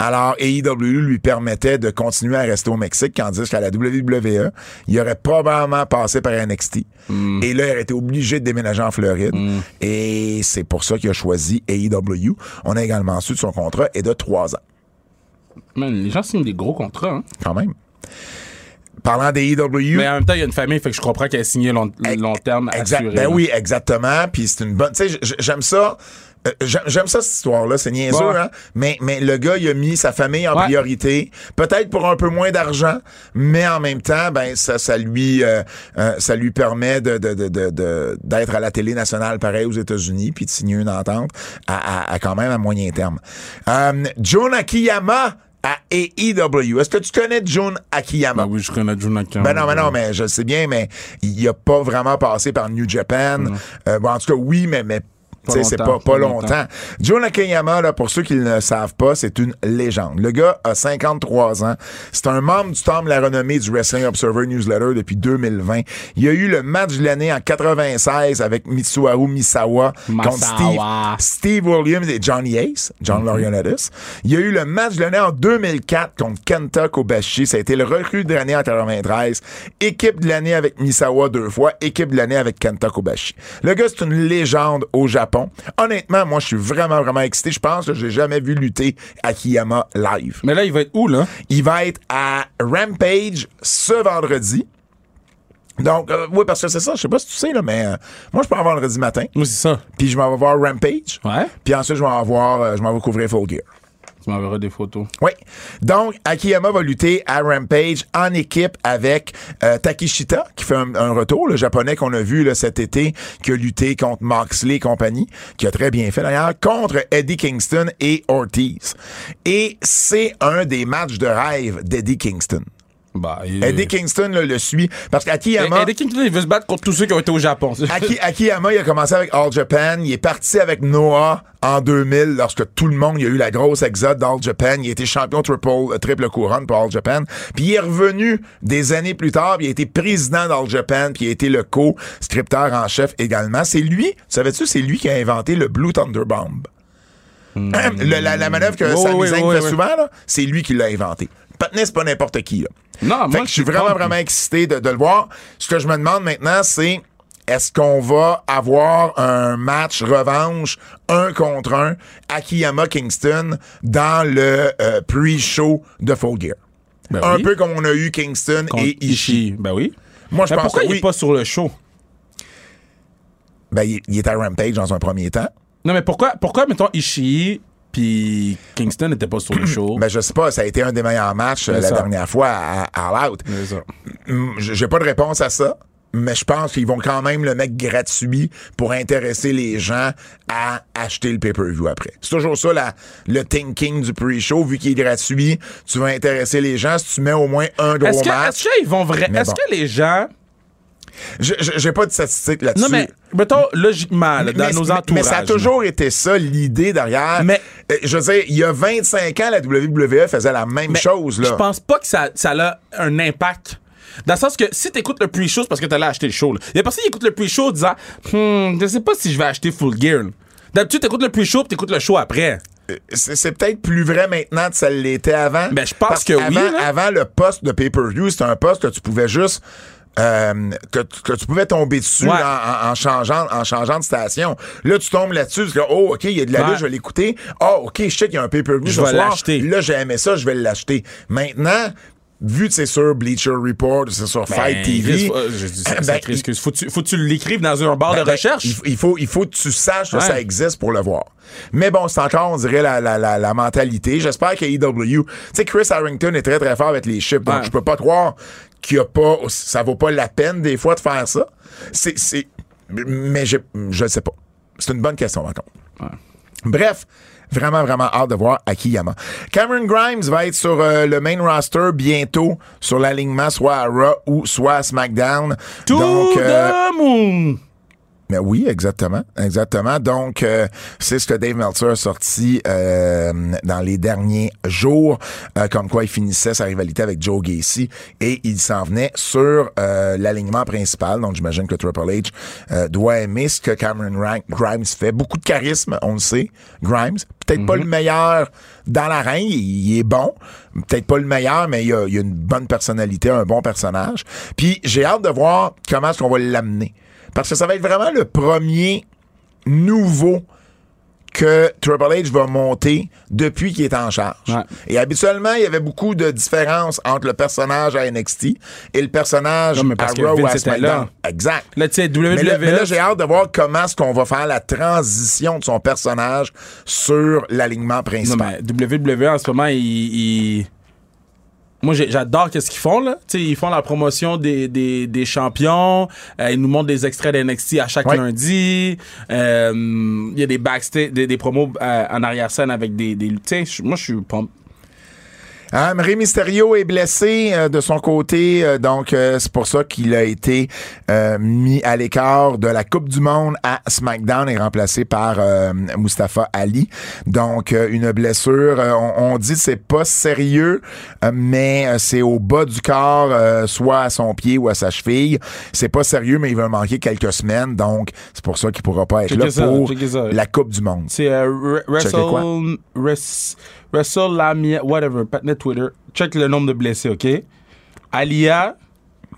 Alors, AEW lui permettait de continuer à rester au Mexique, tandis qu'à la WWE, il aurait probablement passé par NXT. Et là, il aurait été obligé de déménager en Floride. Et E c'est pour ça qu'il a choisi AEW. On a également su de son contrat est de trois ans.
Man, les gens signent des gros contrats. Hein.
quand même. Parlant des E EW.
Mais en même temps, il y a une famille, fait que je comprends qu'elle a signé long, long terme.
Exact.
assuré,
Ben
là.
oui, exactement. Puis c'est une bonne. Tu sais, j- j- j'aime ça. Euh, j'a- J'aime ça, cette histoire-là. C'est niaiseux,
Ouais.
hein? Mais, mais le gars, il a mis sa famille en
Ouais.
priorité. Peut-être pour un peu moins d'argent, mais en même temps, ben, ça, ça lui, euh, euh, ça lui permet de, de, de, de- de- d'être à la télé nationale, pareil, aux États-Unis, puis de signer une entente à, à- à quand même à moyen terme. Euh, John Akiyama à AEW. Est-ce que tu connais John Akiyama?
Ben oui, je connais Jonathan.
Ben non, ben non, mais je le sais bien, mais il a pas vraiment passé par New Japan. Euh, bon, en tout cas, oui, mais, mais tu sais, c'est pas,
longtemps,
pas
pas
longtemps.
longtemps.
Joe Nakayama, là, pour ceux qui ne le savent pas, c'est une légende. Le gars a 53 ans. C'est un membre du temple de la renommée du Wrestling Observer Newsletter depuis 2020. Il a eu le match de l'année en 96 avec Mitsuharu Misawa contre Steve,
Masawa.
Steve Williams et Johnny Ace, John Laurinaitis. Il y a eu le match de l'année en 2004 contre Kenta Kobashi. Ça a été le recrue de l'année en 93. Équipe de l'année avec Misawa deux fois. Équipe de l'année avec Kenta Kobashi. Le gars, c'est une légende au Japon. Honnêtement, moi, je suis vraiment, vraiment excité. Je pense que j'ai jamais vu lutter Akiyama live.
Mais là, il va être où, là?
Il va être à Rampage ce vendredi. Donc, euh, oui, parce que c'est ça, je sais pas si tu sais, là, mais euh, moi, je pars vendredi matin,
Moi, c'est ça.
puis je m'en vais voir Rampage.
Ouais.
Puis ensuite, je vais en voir, euh, je m'en vais couvrir Full Gear.
Tu m'enverras des photos.
Oui. Donc, Akiyama va lutter à Rampage en équipe avec euh, Takishita, qui fait un, un retour, le japonais qu'on a vu là, cet été, qui a lutté contre Moxley et compagnie, qui a très bien fait d'ailleurs, contre Eddie Kingston et Ortiz. Et c'est un des matchs de rêve d'Eddie Kingston.
Bah,
Eddie Kingston là, le suit, parce qu'Akiyama...
Eddie Kingston, il veut se battre contre tous ceux qui ont été au Japon. [LAUGHS]
Aki- Akiyama, il a commencé avec All Japan. Il est parti avec Noah en 2000 lorsque tout le monde, il y a eu la grosse exode d'All Japan. Il a été champion triple, euh, triple couronne pour All Japan. Puis il est revenu des années plus tard. puis Il a été président d'All Japan. Puis il a été le co-scripteur en chef également. C'est lui, savais-tu, c'est lui qui a inventé le Blue Thunder Bomb. Hein? Le- la, la manœuvre que
Hmm. Oui,
Sami
oui,
Zayn
oui,
fait
oui.
souvent, là, c'est lui qui l'a inventé. Patnais, c'est pas n'importe qui. Là.
Non, moi,
Fait que je suis vraiment,
contre.
vraiment excité de, de le voir. Ce que je me demande maintenant, c'est est-ce qu'on va avoir un match revanche un contre un Akiyama Kingston dans le euh, pre-show de Full Gear?
Ben
un
oui.
peu comme on a eu Kingston
Contre
et Ishii.
Ben oui.
Moi, je
Mais
pense
pourquoi
que
il
oui.
est pas sur le show?
Ben, il, il est à Rampage dans un premier temps.
Non, mais pourquoi, pourquoi mettons, Ishii puis Kingston n'étaient pas [CLEARS THROAT] sur le show?
Ben, je sais pas, ça a été un des meilleurs matchs euh, la
ça.
dernière fois à, à All Out.
C'est ça.
Mm, j- J'ai pas de réponse à ça, mais je pense qu'ils vont quand même le mettre gratuit pour intéresser les gens à acheter le pay-per-view après. C'est toujours ça la- le thinking du pre-show. Vu qu'il est gratuit, tu vas intéresser les gens si tu mets au moins un gros
Est-ce que,
match.
est-ce qu'ils vont vrai,
Mais
est-ce
bon.
que les gens,
Je- je- J'ai pas de statistiques là-dessus.
non mais, mettons, logiquement, là,
Mais-
dans
mais-
nos
mais-
entourages.
Mais ça a toujours été ça, l'idée derrière.
Mais-
Euh, je veux dire, il y a 25 ans, la WWE faisait la même
Mais
chose. Là.
Je pense pas que ça, ça a un impact. Dans le sens que si t'écoutes le pre-show, c'est parce que t'as allé acheter le show. là. Il y a personne qui écoute le pre-show en
Ah,
disant Hmm, je sais pas si je vais acheter Full Gear. D'habitude, t'écoutes le pre-show puis t'écoutes le show après.
c'est c'est peut-être plus vrai maintenant que ça l'était avant.
Ben, je pense
Parce
que oui,
qu'avant-
là.
Avant, le poste de pay-per-view, c'était un poste que tu pouvais juste. euh, que, tu- que tu pouvais tomber dessus
Ouais.
en, en- en changeant, en changeant de station. Là, tu tombes là-dessus, tu dis, oh, OK, il y a de la
Ouais.
lutte, je vais l'écouter. Ah, OK, je sais qu'il y a un pay-per-view
Je
ce
vais
soir.
l'acheter.
Là, j'ai aimé ça, je vais l'acheter. Maintenant, vu que c'est sur Bleacher Report, c'est sur Fight TV,
Chris, euh, je dis
[COUGHS]
ça,
ben,
sacré
il-
excuse. Faut que tu- faut que tu l'écrives dans un bar de
ben,
recherche.
il, il faut, il faut que tu saches que
Ouais.
ça existe pour le voir. Mais bon, c'est encore, on dirait, la, la, la, la mentalité. J'espère que EW. Tu sais, Chris Harrington est très, très fort avec les chips. Donc,
Ouais.
je peux pas croire qu'il y a pas. Ça vaut pas la peine, des fois, de faire ça. C'est. c'est- Mais j'ai- je ne sais pas. C'est une bonne question, par contre. Bref, vraiment, vraiment hâte de voir Akiyama. Cameron Grimes va être sur euh, le main roster bientôt sur l'alignement, soit à Raw ou soit à SmackDown.
Tout
Donc, euh,
the moon.
mais oui, exactement, exactement. Donc, euh, c'est ce que Dave Meltzer a sorti euh, dans les derniers jours, euh, comme quoi il finissait sa rivalité avec Joe Gacy et il s'en venait sur euh, l'alignement principal. Donc, j'imagine que Triple H euh, doit aimer ce que Cameron Ra- Grimes fait. Beaucoup de charisme, on le sait. Grimes, peut-être pas le meilleur dans l'arène, il, il est bon. Peut-être pas le meilleur, mais il a, il a une bonne personnalité, un bon personnage. Puis, j'ai hâte de voir comment est-ce qu'on va l'amener. Parce que ça va être vraiment le premier nouveau que Triple H va monter depuis qu'il est en charge.
Ouais.
Et habituellement, il y avait beaucoup de différences entre le personnage à NXT et le personnage
Non, mais parce que
à Raw ou à
Vince était là.
SmackDown. Exact.
Là, tu sais, E,
Mais là, mais là,
WWE,
j'ai hâte de voir comment est-ce qu'on va faire la transition de son personnage sur l'alignement
Non,
principal.
mais WWE en ce moment, ils. ils- Moi, j'ai- j'adore qu'est-ce qu'ils font, là. Tu sais, ils font la promotion des, des, des champions. euh, ils nous montrent des extraits d'NXT à chaque
Ouais.
lundi. Euh, Il y a des backstage, des, des promos euh, en arrière-scène avec des. des tu sais, je- moi, je suis pompe.
Hein, Rey Mysterio est blessé euh, de son côté, euh, donc euh, c'est pour ça qu'il a été euh, mis à l'écart de la Coupe du Monde à SmackDown et remplacé par euh, Mustafa Ali. Donc euh, une blessure, euh, on, on dit c'est pas sérieux, euh, mais euh, c'est au bas du corps, euh, soit à son pied ou à sa cheville. C'est pas sérieux, mais il va manquer quelques semaines, donc c'est pour ça qu'il pourra pas être
Checkez
là
ça,
pour
checkez ça.
la Coupe du Monde.
C'est euh, Re-
Checker quoi?
Wrestle. Wrestle. Wrestle Lamia. Whatever. Patnet Twitter. Check le nombre de blessés, OK? Alia,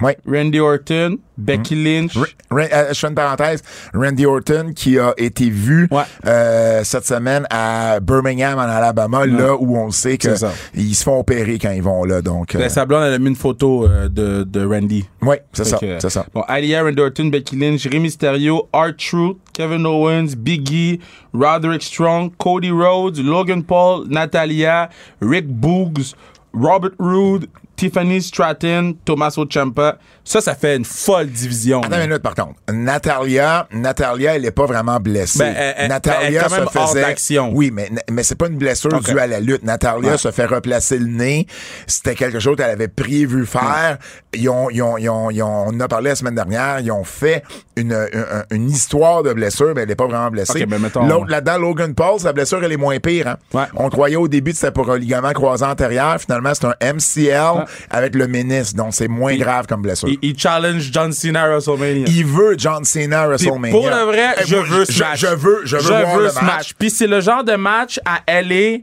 Ouais.
Randy Orton, Becky Lynch.
Hum. Ra- Ra- euh, je fais une parenthèse. Randy Orton qui a été vu
Ouais.
euh, cette semaine à Birmingham en Alabama, là où on sait que
C'est ça.
ils se font opérer quand ils vont là. Donc, euh,
Ben, sa blonde, elle a mis une photo euh, de, de Randy.
ouais, c'est
Fait
ça,
que-
c'est ça.
Bon, Alia, Randy Orton, Becky Lynch, Rey Mysterio, R-Truth, Kevin Owens, Biggie, Roderick Strong, Cody Rhodes, Logan Paul, Natalia, Rick Boogs, Robert Roode, Tiffany Stratton, Tommaso Ciampa. Ça, ça fait une folle division.
Attends une minute, par contre. Natalia, Natalia, elle est pas vraiment blessée.
Ben, elle- elle- ben, elle est
Natalia
quand même
se
hors
faisait.
d'action.
Oui, mais, mais c'est pas une blessure
Ok.
due à la lutte. Natalia
Ouais.
se fait replacer le nez. C'était quelque chose qu'elle avait prévu faire.
Hmm.
Ils ont, ils ont, ils ont, ils ont- on en a parlé la semaine dernière. Ils ont fait une, une, une histoire de blessure, mais elle est pas vraiment blessée.
Ok, ben, mettons-
L'autre, là-dedans, Logan Paul, sa blessure, elle est moins pire. hein.
Ouais.
On croyait au début que c'était pour un ligament croisé antérieur. Finalement, c'est un MCL
Ouais.
avec le ménisce. Donc, c'est moins
Il-
grave comme blessure.
Il, il challenge John Cena à WrestleMania.
Il veut John Cena à
Puis
WrestleMania.
Pour le vrai,
Eh,
je
moi,
veux ce match.
Je, veux, je veux voir le
ce
match.
Puis c'est le genre de match à LA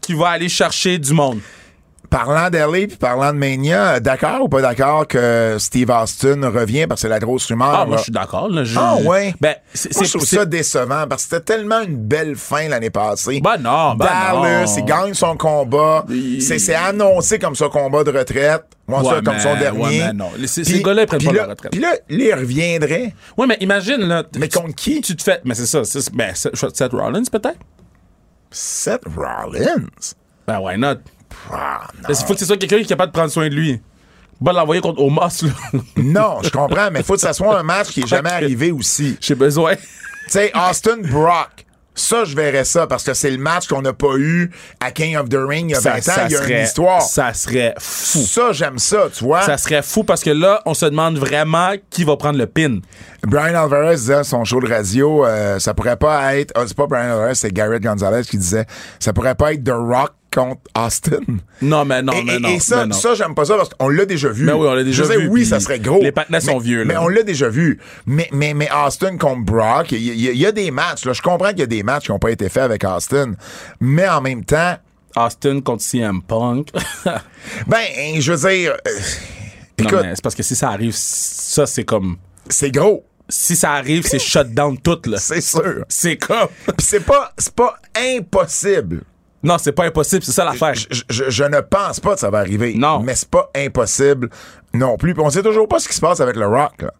qui va aller chercher du monde.
Parlant d'Ellie puis parlant de Mania, euh, d'accord ou pas d'accord que Steve Austin revient parce que c'est la grosse rumeur.
Ah,
là.
moi, je suis d'accord. là. Je-
Ah, ouais.
Ben, c'est
Moi, je
c'est-
trouve
c'est-
ça décevant parce que c'était tellement une belle fin l'année passée.
Ben non, ben
Dallas,
non.
il gagne son combat.
Il-
C'est c'est annoncé comme son combat de retraite. Moi,
Ouais,
ça, comme son
mais-
dernier.
ouais, mais non. Les- ces-
Puis-
ces gars-là, ils prennent
puis
pas
là-
leur retraite.
Puis là, lui, il reviendrait.
Ouais, mais imagine, là. t-
Mais contre qui?
Tu te fais. Mais c'est ça. c'est- Ben, c'est- Seth Rollins, peut-être?
Seth Rollins.
Ben, why not?
Ah, non.
[LAUGHS] Il faut que ce soit quelqu'un qui est capable de prendre soin de lui. Pas l'envoyer contre Omos, là.
Non, je comprends, mais faut que ça soit un match qui est jamais
Ok.
arrivé aussi. Tu [LAUGHS]
J'ai besoin. [LAUGHS]
sais, Austin Brock. Ça, je verrais ça parce que c'est le match qu'on n'a pas eu à King of the Ring il y a 20 ans. il y a une histoire. Ça,
Ça serait fou.
j'aime ça, tu vois.
Ça serait fou parce que là, on se demande vraiment qui va prendre le pin.
Brian Alvarez disait à son show de radio, euh, ça pourrait pas être. Ah, c'est pas Brian Alvarez, c'est Garrett Gonzalez qui disait, ça pourrait pas être The Rock contre Austin.
Non, mais non,
Et,
mais
et-
non.
et ça,
mais non.
ça j'aime pas ça parce qu'on l'a déjà vu.
Mais oui, on l'a déjà
Je sais,
vu,
oui,
puis
ça serait gros.
les partenaires sont
Mais-
vieux, là.
Mais on l'a déjà vu. Mais, mais, mais Austin contre Brock, il y, il y a- il y a des matchs. Là. Je comprends qu'il y a des matchs qui n'ont pas été faits avec Austin. Mais en même temps,
[LAUGHS] Austin contre CM Punk.
ben, je veux dire, euh,
non,
écoute,
mais c'est parce que si ça arrive, ça, c'est comme.
c'est gros.
Si ça arrive, c'est shutdown tout, là.
C'est sûr.
C'est comme.
Puis c'est pas, c'est pas impossible.
Non, c'est pas impossible, c'est ça l'affaire.
Je, je- je ne pense pas que ça va arriver.
Non.
Mais c'est pas impossible non plus. Puis on sait toujours pas ce qui se passe avec le Rock. là.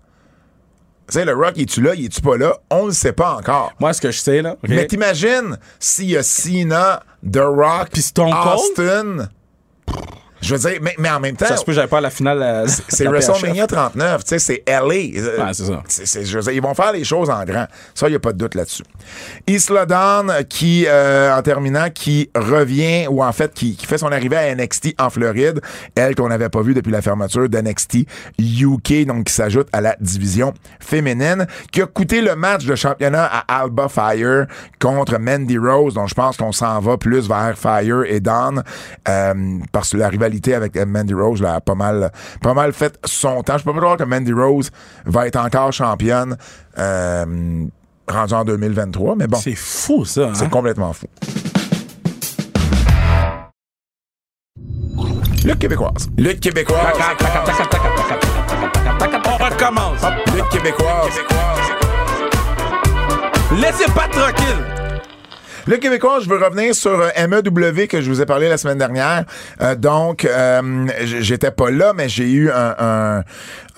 Tu sais, le Rock, il est-tu là, il est-tu pas là? On le sait pas encore.
Moi, ce que je sais, là. ok?
Mais t'imagines s'il y a Cena, The Rock,
Puis Stone Cold?
Austin. Je veux dire, mais, mais en même temps,
Ça se peut, j'avais pas à la finale. euh,
[LAUGHS] c'est
la
WrestleMania 39, tu sais, c'est LA.
Ouais, c'est ça.
C'est- c'est- je veux dire, ils vont faire les choses en grand. Ça, il n'y a pas de doute là-dessus. Isla Dawn, qui, euh, en terminant, qui revient, ou en fait, qui, qui fait son arrivée à NXT en Floride. Elle qu'on n'avait pas vue depuis la fermeture d'NXT UK, donc qui s'ajoute à la division féminine, qui a coûté le match de championnat à Alba Fire contre Mandy Rose, donc je pense qu'on s'en va plus vers Fire et Dawn, euh, parce que la rivalité avec euh, Mandy Rose là, a pas mal, pas mal fait son temps. Je peux pas croire que Mandy Rose va être encore championne euh, rendue en 2023, mais bon,
C'est fou, ça. hein?
c'est complètement fou. Lutte québécoise. Lutte québécoise.
On recommence.
Lutte québécoise.
Laissez pas tranquille.
Le Québécois, je veux revenir sur euh, MEW que je vous ai parlé la semaine dernière. Euh, donc, euh, j- j'étais pas là, mais j'ai eu un, un,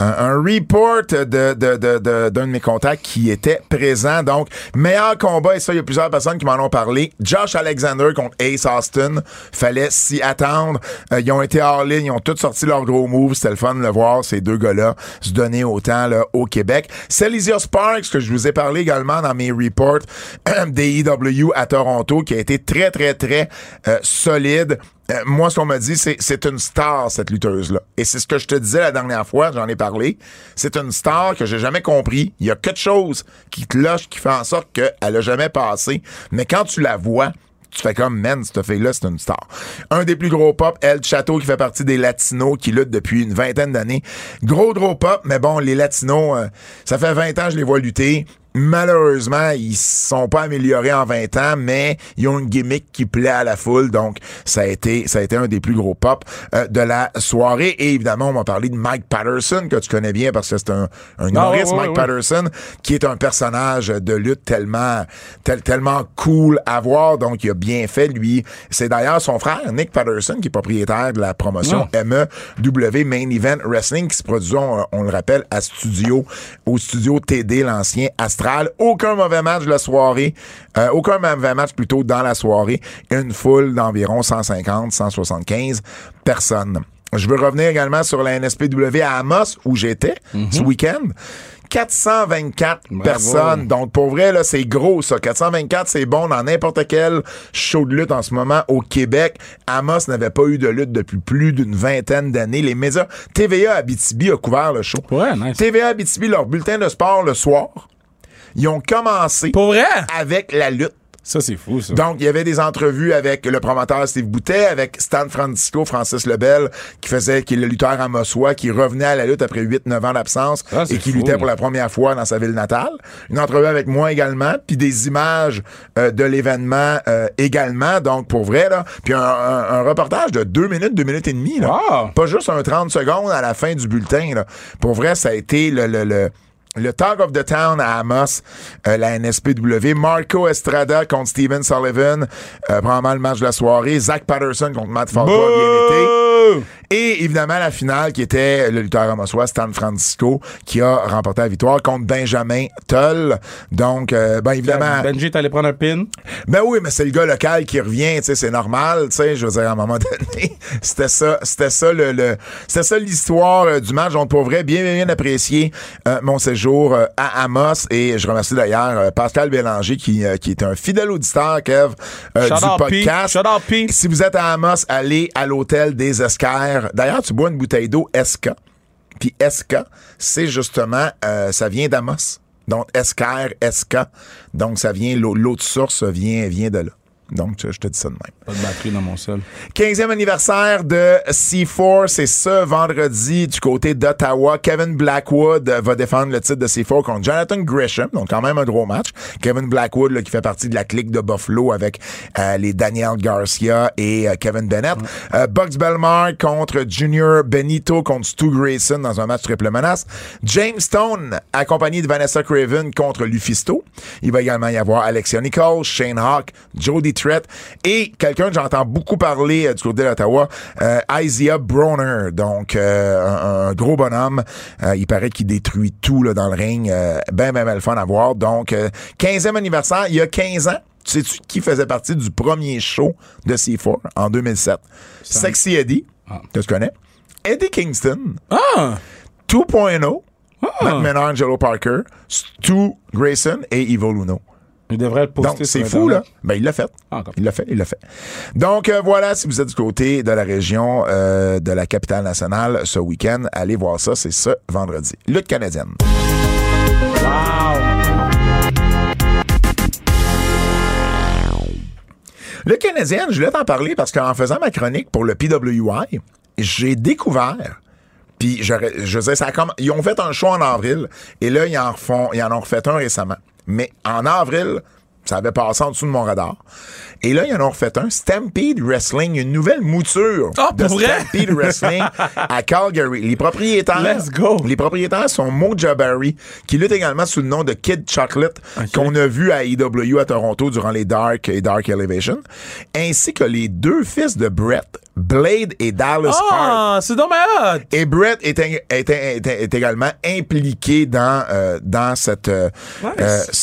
un- un report de, de, de, de- d'un de mes contacts qui était présent. Donc, meilleur combat, et ça, il y a plusieurs personnes qui m'en ont parlé. Josh Alexander contre Ace Austin. Fallait s'y attendre. Euh, ils ont été hors ligne, ils ont tous sorti leurs gros moves. C'était le fun de le voir, ces deux gars-là, se donner autant là, au Québec. Celizia Sparks, que je vous ai parlé également dans mes reports [CLEARS THROAT] d'EW à Toronto, qui a été très, très, très euh, solide. Euh, moi, ce qu'on m'a dit, c'est c'est une star, cette lutteuse-là. Et c'est ce que je te disais la dernière fois, j'en ai parlé. C'est une star que j'ai jamais compris. Il y a quelque chose qui te lâche, qui fait en sorte qu'elle a jamais passé. Mais quand tu la vois, tu fais comme, man, cette fille-là, c'est une star. Un des plus gros pop, El Chateau, qui fait partie des Latinos, qui lutte depuis une vingtaine d'années. Gros, gros pop, mais bon, les Latinos, euh, ça fait 20 ans que je les vois lutter. Malheureusement, ils se sont pas améliorés en 20 ans, mais ils ont une gimmick qui plaît à la foule, donc ça a été, ça a été un des plus gros pop euh, de la soirée. Et évidemment, on m'a parlé de Mike Patterson, que tu connais bien parce que c'est un, un humoriste,
Ah, ouais, ouais,
Mike
ouais.
Patterson, qui est un personnage de lutte tellement, tel- tellement cool à voir. Donc, il a bien fait, lui. C'est d'ailleurs son frère, Nick Patterson, qui est propriétaire de la promotion MEW Main Event Wrestling, qui se produit, on, on le rappelle, à studio, au studio TD, l'ancien Astral. Aucun mauvais match de la soirée. euh, aucun mauvais match plutôt dans la soirée. Une foule d'environ 150, 175 personnes. Je veux revenir également sur la NSPW à Amos, où j'étais ce week-end. 424 personnes. Donc, pour vrai, là, c'est gros, ça. 424, c'est bon dans n'importe quel show de lutte en ce moment au Québec. Amos n'avait pas eu de lutte depuis plus d'une vingtaine d'années. Les médias, TVA Abitibi a couvert le show.
Ouais, nice.
TVA Abitibi, leur bulletin de sport le soir, ils ont commencé
Pour vrai?
avec la lutte.
Ça, c'est fou, ça.
Donc, il y avait des entrevues avec le promoteur Steve Boutet, avec Stan Francisco, Francis Lebel, qui faisait, qui est le lutteur à Mossois, qui revenait à la lutte après 8-9 ans d'absence
Ah, c'est
et qui
fou.
luttait pour la première fois dans sa ville natale. Une entrevue avec moi également, puis des images euh, de l'événement euh, également, donc pour vrai, là. Puis un, un- un reportage de 2 minutes, 2 minutes et demie, là.
Wow.
Pas juste un 30 secondes à la fin du bulletin, là. Pour vrai, ça a été le... le, le le Talk of the Town à Amos, euh, la NSPW, Marco Estrada contre Steven Sullivan, euh, probablement le match de la soirée, Zach Patterson contre Matt Falco, bien été.
Bouh!
Et évidemment, la finale qui était le lutteur amosois Stan Francisco qui a remporté la victoire contre Benjamin Toll. Donc, euh, ben évidemment,
Benji est allé prendre un pin.
ben oui, mais c'est le gars local qui revient, tu sais, c'est normal, tu sais, je veux dire, à un moment [LAUGHS] donné, c'était ça, c'était ça le, le- c'était ça l'histoire euh, du match. On pourrait bien, bien, bien apprécier euh, mon séjour euh, à Amos et je remercie d'ailleurs euh, Pascal Bélanger qui, euh, qui est un fidèle auditeur, Kev, euh,
Shout
du
out, P.
podcast.
Shout out, P.
Si vous êtes à Amos, allez à l'hôtel des Esquerres. D'ailleurs, tu bois une bouteille d'eau SK. Puis SK, c'est justement, euh, ça vient d'Amos. Donc, Esquerre, SK. Donc, ça vient, l'eau- l'eau de source vient, vient de là. Donc, je je te dis ça de même.
Pas de batterie dans mon sol.
15e anniversaire de C4, c'est ce vendredi du côté d'Ottawa. Kevin Blackwood euh, va défendre le titre de C4 contre Jonathan Gresham, donc quand même un gros match. Kevin Blackwood là, qui fait partie de la clique de Buffalo avec euh, les Daniel Garcia et euh, Kevin Bennett. Euh, Bugs Belmar contre Junior Benito contre Stu Grayson dans un match triple menace. James Stone accompagné de Vanessa Craven contre Lufisto. Il va également y avoir Alexia Nicole, Shane Hawk, Jody Trett et quelqu'un que j'entends beaucoup parler euh, du côté d'Ottawa, euh, Isaiah Broner. Donc, euh, un, un gros bonhomme. Euh, il paraît qu'il détruit tout là, dans le ring. Euh, ben, ben, ben, le fun à voir. Donc, euh, 15e anniversaire, il y a 15 ans. Tu sais-tu qui faisait partie du premier show de C4 en 2007? Sexy Eddie, que tu connais. Eddie Kingston,
Ah!
2.0, Matt Menard, Angelo Parker, Stu Grayson et Ivo Luno.
Il devrait le poster
Donc, c'est fou, là. Ben, il l'a fait.
Ah, d'accord.
il l'a fait, il l'a fait. Donc, euh, voilà, si vous êtes du côté de la région euh, de la capitale nationale ce week-end, allez voir ça, c'est ce vendredi. Lutte canadienne. Le Canadien, je voulais t'en parler parce qu'en faisant ma chronique pour le PWI, j'ai découvert. Puis j'aurais- je sais, ça a comme ils ont fait un show en avril et là ils en font, ils en ont refait un récemment. Mais en avril, Ça avait passé en dessous de mon radar. Et là, ils en ont refait un, Stampede Wrestling, une nouvelle mouture
Ah,
de
pour vrai?
Stampede
[LAUGHS]
Wrestling à Calgary. Les propriétaires,
Let's go.
les propriétaires sont Mo Jabari, qui lutte également sous le nom de Kid Chocolate, qu'on a vu à IW à Toronto durant les Dark et Dark Elevation, ainsi que les deux fils de Brett, Blade et Dallas Hart.
Ah, c'est dans ma
Et Brett est, ing- est- est- est également impliqué dans euh, dans cette euh,
Nice.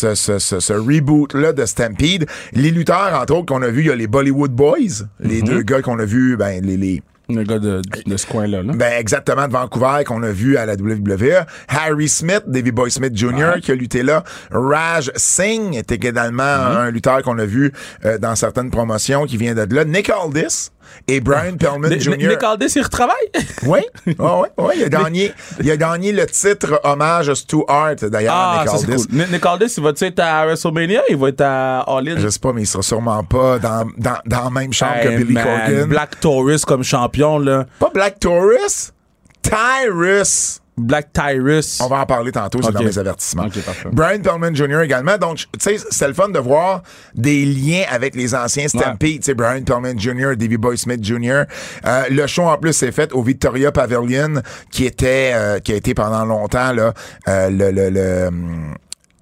euh, ce, ce, ce, reboot là de Stampede. Les lutteurs entre autres qu'on a vu, il y a les Bollywood Boys, les
Mm-hmm.
deux gars qu'on a vu, ben les, les
Le gars de, de ce coin-là. là.
ben exactement de Vancouver qu'on a vu à la WWE, Harry Smith, Davy Boy Smith Jr. qui a lutté là, Raj Singh était également
Mm-hmm.
un lutteur qu'on a vu euh, dans certaines promotions qui vient de là, Nick Aldis et Brian Pellman Jr.
Nick Aldis, il retravaille? [LAUGHS]
Oui, oui, oui, il a gagné, il a gagné le titre hommage à Stu Hart d'ailleurs.
Ah,
Nick
ça, c'est
Aldis.
cool. Nick Nick Aldis, il va-tu être à WrestleMania? Il va être à All In?
Je sais pas, mais il sera sûrement pas dans, dans, dans la même chambre
Hey,
que Billy
Ben, man,
Corgan.
Black Taurus comme champion, là.
Pas Black Taurus, Tyrus.
Black Tyrus.
On va en parler tantôt, c'est
Ok.
dans mes avertissements.
Ok, parfait.
Brian Pillman Jr. également. Donc, tu sais, c'était le fun de voir des liens avec les anciens Stampede. Tu sais, Brian Pillman Jr., Davey Boy Smith Jr. Euh, le show, en plus, s'est fait au Victoria Pavilion, qui était, euh, qui a été pendant longtemps, là, euh, le, le- le, hum,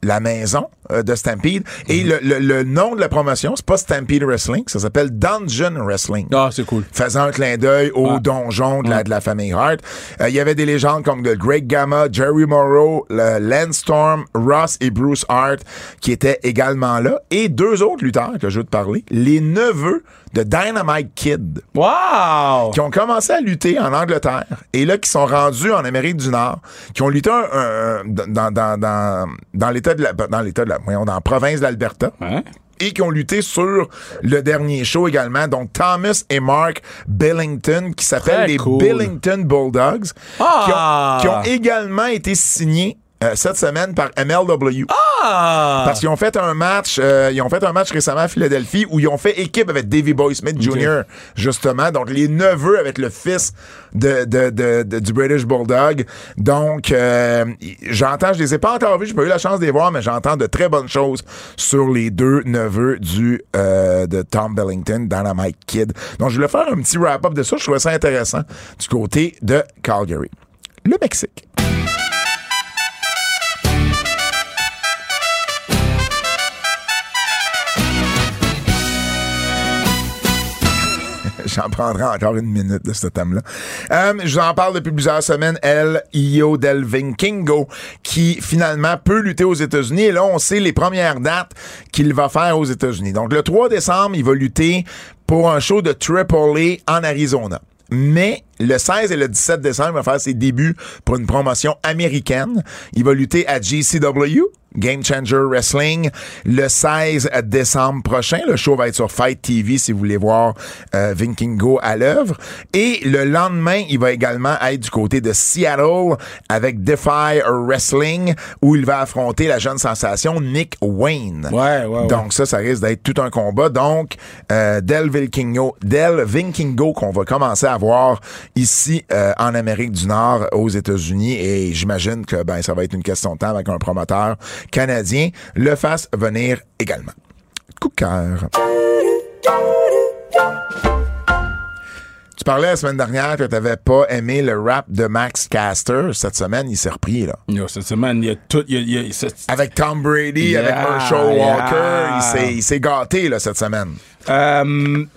la maison euh, de Stampede.
Mhm.
Et le, le- le nom de la promotion, c'est pas Stampede Wrestling, ça s'appelle Dungeon Wrestling
Ah, c'est cool.
faisant un clin d'œil au donjon de la, de la famille Hart. Euh, Il y avait des légendes comme le Greg Gamma, Jerry Morrow, le Landstorm, Ross et Bruce Hart qui étaient également là. Et deux autres lutteurs que je veux te parler, les neveux de Dynamite Kid
Wow!
qui ont commencé à lutter en Angleterre et là qui sont rendus en Amérique du Nord, qui ont lutté un- un- dans, dans, dans, dans l'État de la ben, dans l'État de la voyons, dans la province d'Alberta
Hein?
et qui ont lutté sur le dernier show également. Donc, Thomas et Mark Billington, qui s'appellent
Très
les
cool.
Billington Bulldogs,
Ah!
qui, ont, qui ont également été signés euh, cette semaine par MLW.
Ah!
Parce qu'ils ont fait un match, euh, ils ont fait un match récemment à Philadelphie où ils ont fait équipe avec Davey Boy Smith Jr. justement, donc les neveux avec le fils de, de- de- de- du British Bulldog. Donc euh, y- j'entends, je les ai pas encore vus, j'ai pas eu la chance de les voir, mais j'entends de très bonnes choses sur les deux neveux du euh, de Tom Bellington dans la Mike Kid. Donc je voulais faire un petit wrap-up de ça, je trouvais ça intéressant du côté de Calgary, le Mexique. [LAUGHS] J'en prendrai encore une minute de ce thème-là. Euh, je vous en parle depuis plusieurs semaines. El Io Del Vinkingo, qui finalement peut lutter aux États-Unis. Et là, on sait les premières dates qu'il va faire aux États-Unis. Donc, le 3 décembre, il va lutter pour un show de Triple A en Arizona. Mais le 16 et le 17 décembre, il va faire ses débuts pour une promotion américaine. Il va lutter à GCW, Game Changer Wrestling, le 16 décembre prochain. Le show va être sur Fight TV si vous voulez voir euh, Vinkingo à l'œuvre. Et le lendemain, il va également être du côté de Seattle avec Defy Wrestling où il va affronter la jeune sensation Nick Wayne.
Ouais, ouais, ouais.
Donc ça, ça risque d'être tout un combat. Donc, euh, Del Vinkingo, Del Vinkingo qu'on va commencer à voir ici euh, en Amérique du Nord, aux États-Unis, et j'imagine que ben ça va être une question de temps avec un promoteur canadien le fasse venir également. Coup de cœur. Tu parlais la semaine dernière que tu n'avais pas aimé le rap de Max Caster. Cette semaine, il s'est repris, là.
Yo, cette semaine, il y a tout. Il y a, il y a- c'est-
Avec Tom Brady,
Yeah,
avec Herschel
yeah.
Walker, il s'est- il s'est gâté, là, cette semaine.
Euh,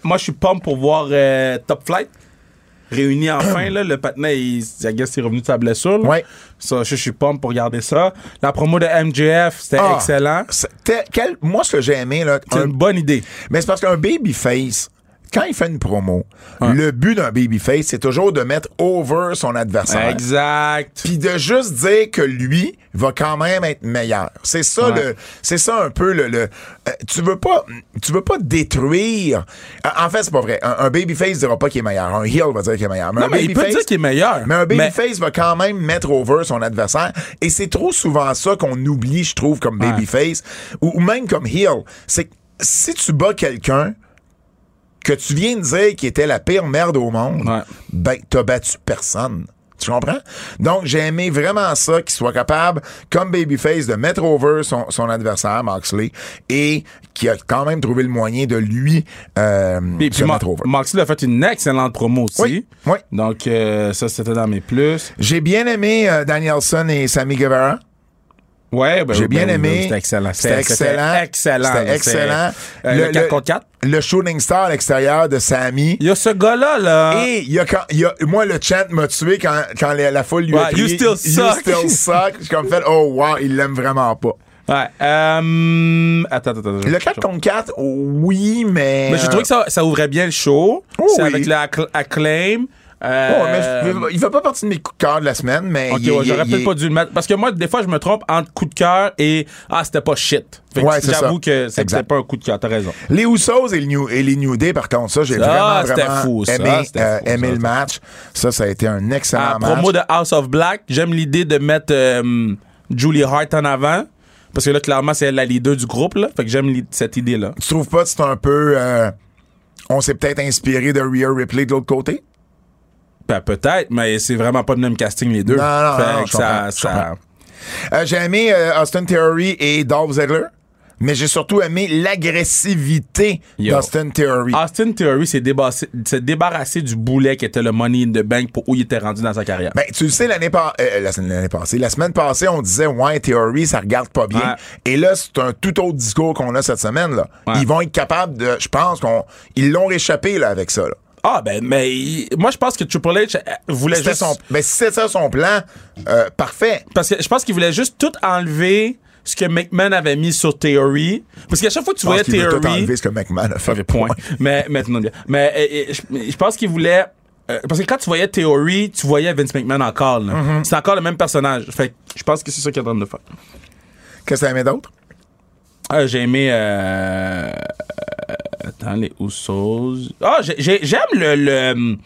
moi, je suis pomme pour voir euh, Top Flight [CLEARS THROAT] réuni enfin. là, le patin, il, I guess, il est revenu de sa blessure. là.
Ouais.
Ça, je, je suis pomme pour regarder ça. La promo de MJF, c'était
Ah,
excellent.
c'était- quel- moi, ce que j'ai aimé, là,
C'est
un-
une bonne idée.
mais c'est parce qu'un babyface, quand il fait une promo, le but d'un babyface, c'est toujours de mettre over son adversaire.
Exact.
Puis de juste dire que lui va quand même être meilleur. C'est ça
Ouais.
le, c'est ça un peu le, le euh, tu veux pas, tu veux pas détruire. Euh, en fait, c'est pas vrai. Un, un babyface dira pas qu'il est meilleur. Un heel va dire qu'il est meilleur.
Non,
un
Ah, mais il peut
babyface-
dire qu'il est meilleur.
mais un babyface va quand même mettre over son adversaire. Et c'est trop souvent ça qu'on oublie, je trouve, comme babyface, ou, ou même comme heel. C'est que si tu bats quelqu'un que tu viens de dire qu'il était la pire merde au monde,
Ouais.
ben, t'as battu personne. Tu comprends? Donc, j'ai aimé vraiment ça, qu'il soit capable, comme Babyface, de mettre over son, son adversaire, Moxley, et qui a quand même trouvé le moyen de lui euh,
Et
se
puis, Ma-
mettre over.
Moxley a fait une excellente promo aussi.
Oui, oui.
Donc, euh, ça, c'était dans mes plus.
J'ai bien aimé euh, Danielson et Sammy Guevara.
Ouais, ben,
J'ai bien
ben,
aimé.
C'était excellent.
C'était excellent.
excellent.
C'était excellent.
C'est, euh, le, 4 contre 4.
Le shooting star à l'extérieur de Sammy.
Il y a ce gars-là, là.
Et il y a quand, il y a, moi, le chant m'a tué quand, quand la, la foule lui a
Ouais,
crié,
You still suck.
still suck. J'ai comme fait, oh wow, il l'aime vraiment pas.
Ouais. Euh, attends, attends, attends.
Le 4 contre 4, oui, mais. euh,
Mais j'ai trouvé que ça, ça ouvrait bien le show.
Oh
c'est
oui.
avec l'acclaim.
euh,
Euh,
oh, mais je- il fait pas partie de mes coups de cœur de la semaine, mais.
Oh, Ok,
il-
ouais,
il-
j'aurais
il-
peut-être pas dû le mettre. Parce que moi, des fois, je me trompe entre coup de cœur et ah, c'était pas shit. Fait que
Ouais, c'est
j'avoue
ça.
que c'était
Exact.
peut-être pas un coup de cœur, t'as raison.
Les Usos et, le New, et les New Day, par contre, ça, j'ai
Ça,
vraiment,
c'était
vraiment
fou, ça,
aimé,
c'était
euh,
fou,
aimé
ça,
le
c'était
match. Ça, ça a été un excellent
Ah,
match.
promo de House of Black, j'aime l'idée de mettre euh, Julie Hart en avant. Parce que là, clairement, c'est elle la leader du groupe, là. Fait que j'aime l'i- cette idée-là.
Tu trouves pas que c'est un peu. euh, on s'est peut-être inspiré de Rhea Ripley de l'autre côté?
Ben, peut-être, mais c'est vraiment pas le même casting, les deux.
Non, non,
Fait
non,
que
je comprends,
ça,
je
ça-
Euh, j'ai aimé euh, Austin Theory et Dolph Ziggler, mais j'ai surtout aimé l'agressivité
Yo. Ah,
d'Austin Theory.
Austin Theory s'est débarrassé, s'est débarrassé du boulet qui était le Money in the Bank pour où il était rendu dans sa carrière.
Ben, tu le sais, l'année pas- euh, la semaine- l'année passée, la semaine passée, on disait, ouais, Theory, ça regarde pas bien.
Ouais.
Et là, c'est un tout autre discours qu'on a cette semaine, là.
Ouais.
Ils vont être capables de, je pense qu'on, ils l'ont réchappé, là, avec ça, là.
Ah, ben, mais il- moi, je pense que Triple H euh, voulait
C'était
juste.
son, ben, si c'est ça son plan, euh, parfait.
Parce que je pense qu'il voulait juste tout enlever ce que McMahon avait mis sur Theory. Parce qu'à chaque fois que tu
Je pense
voyais
qu'il veut tout
Theory.
enlever ce que McMahon a fait.
point. mais maintenant, mais euh, euh, je, je pense qu'il voulait. euh, parce que quand tu voyais Theory, tu voyais Vince McMahon encore. là.
Mm-hmm.
C'est encore le même personnage. Fait que je pense que c'est ça qu'il est en train de faire.
[LAUGHS] Qu'est-ce que t'as aimé d'autre?
Ah, j'ai aimé. euh, euh, attends, les Usos. Ah, j'ai- j'ai- j'aime le. le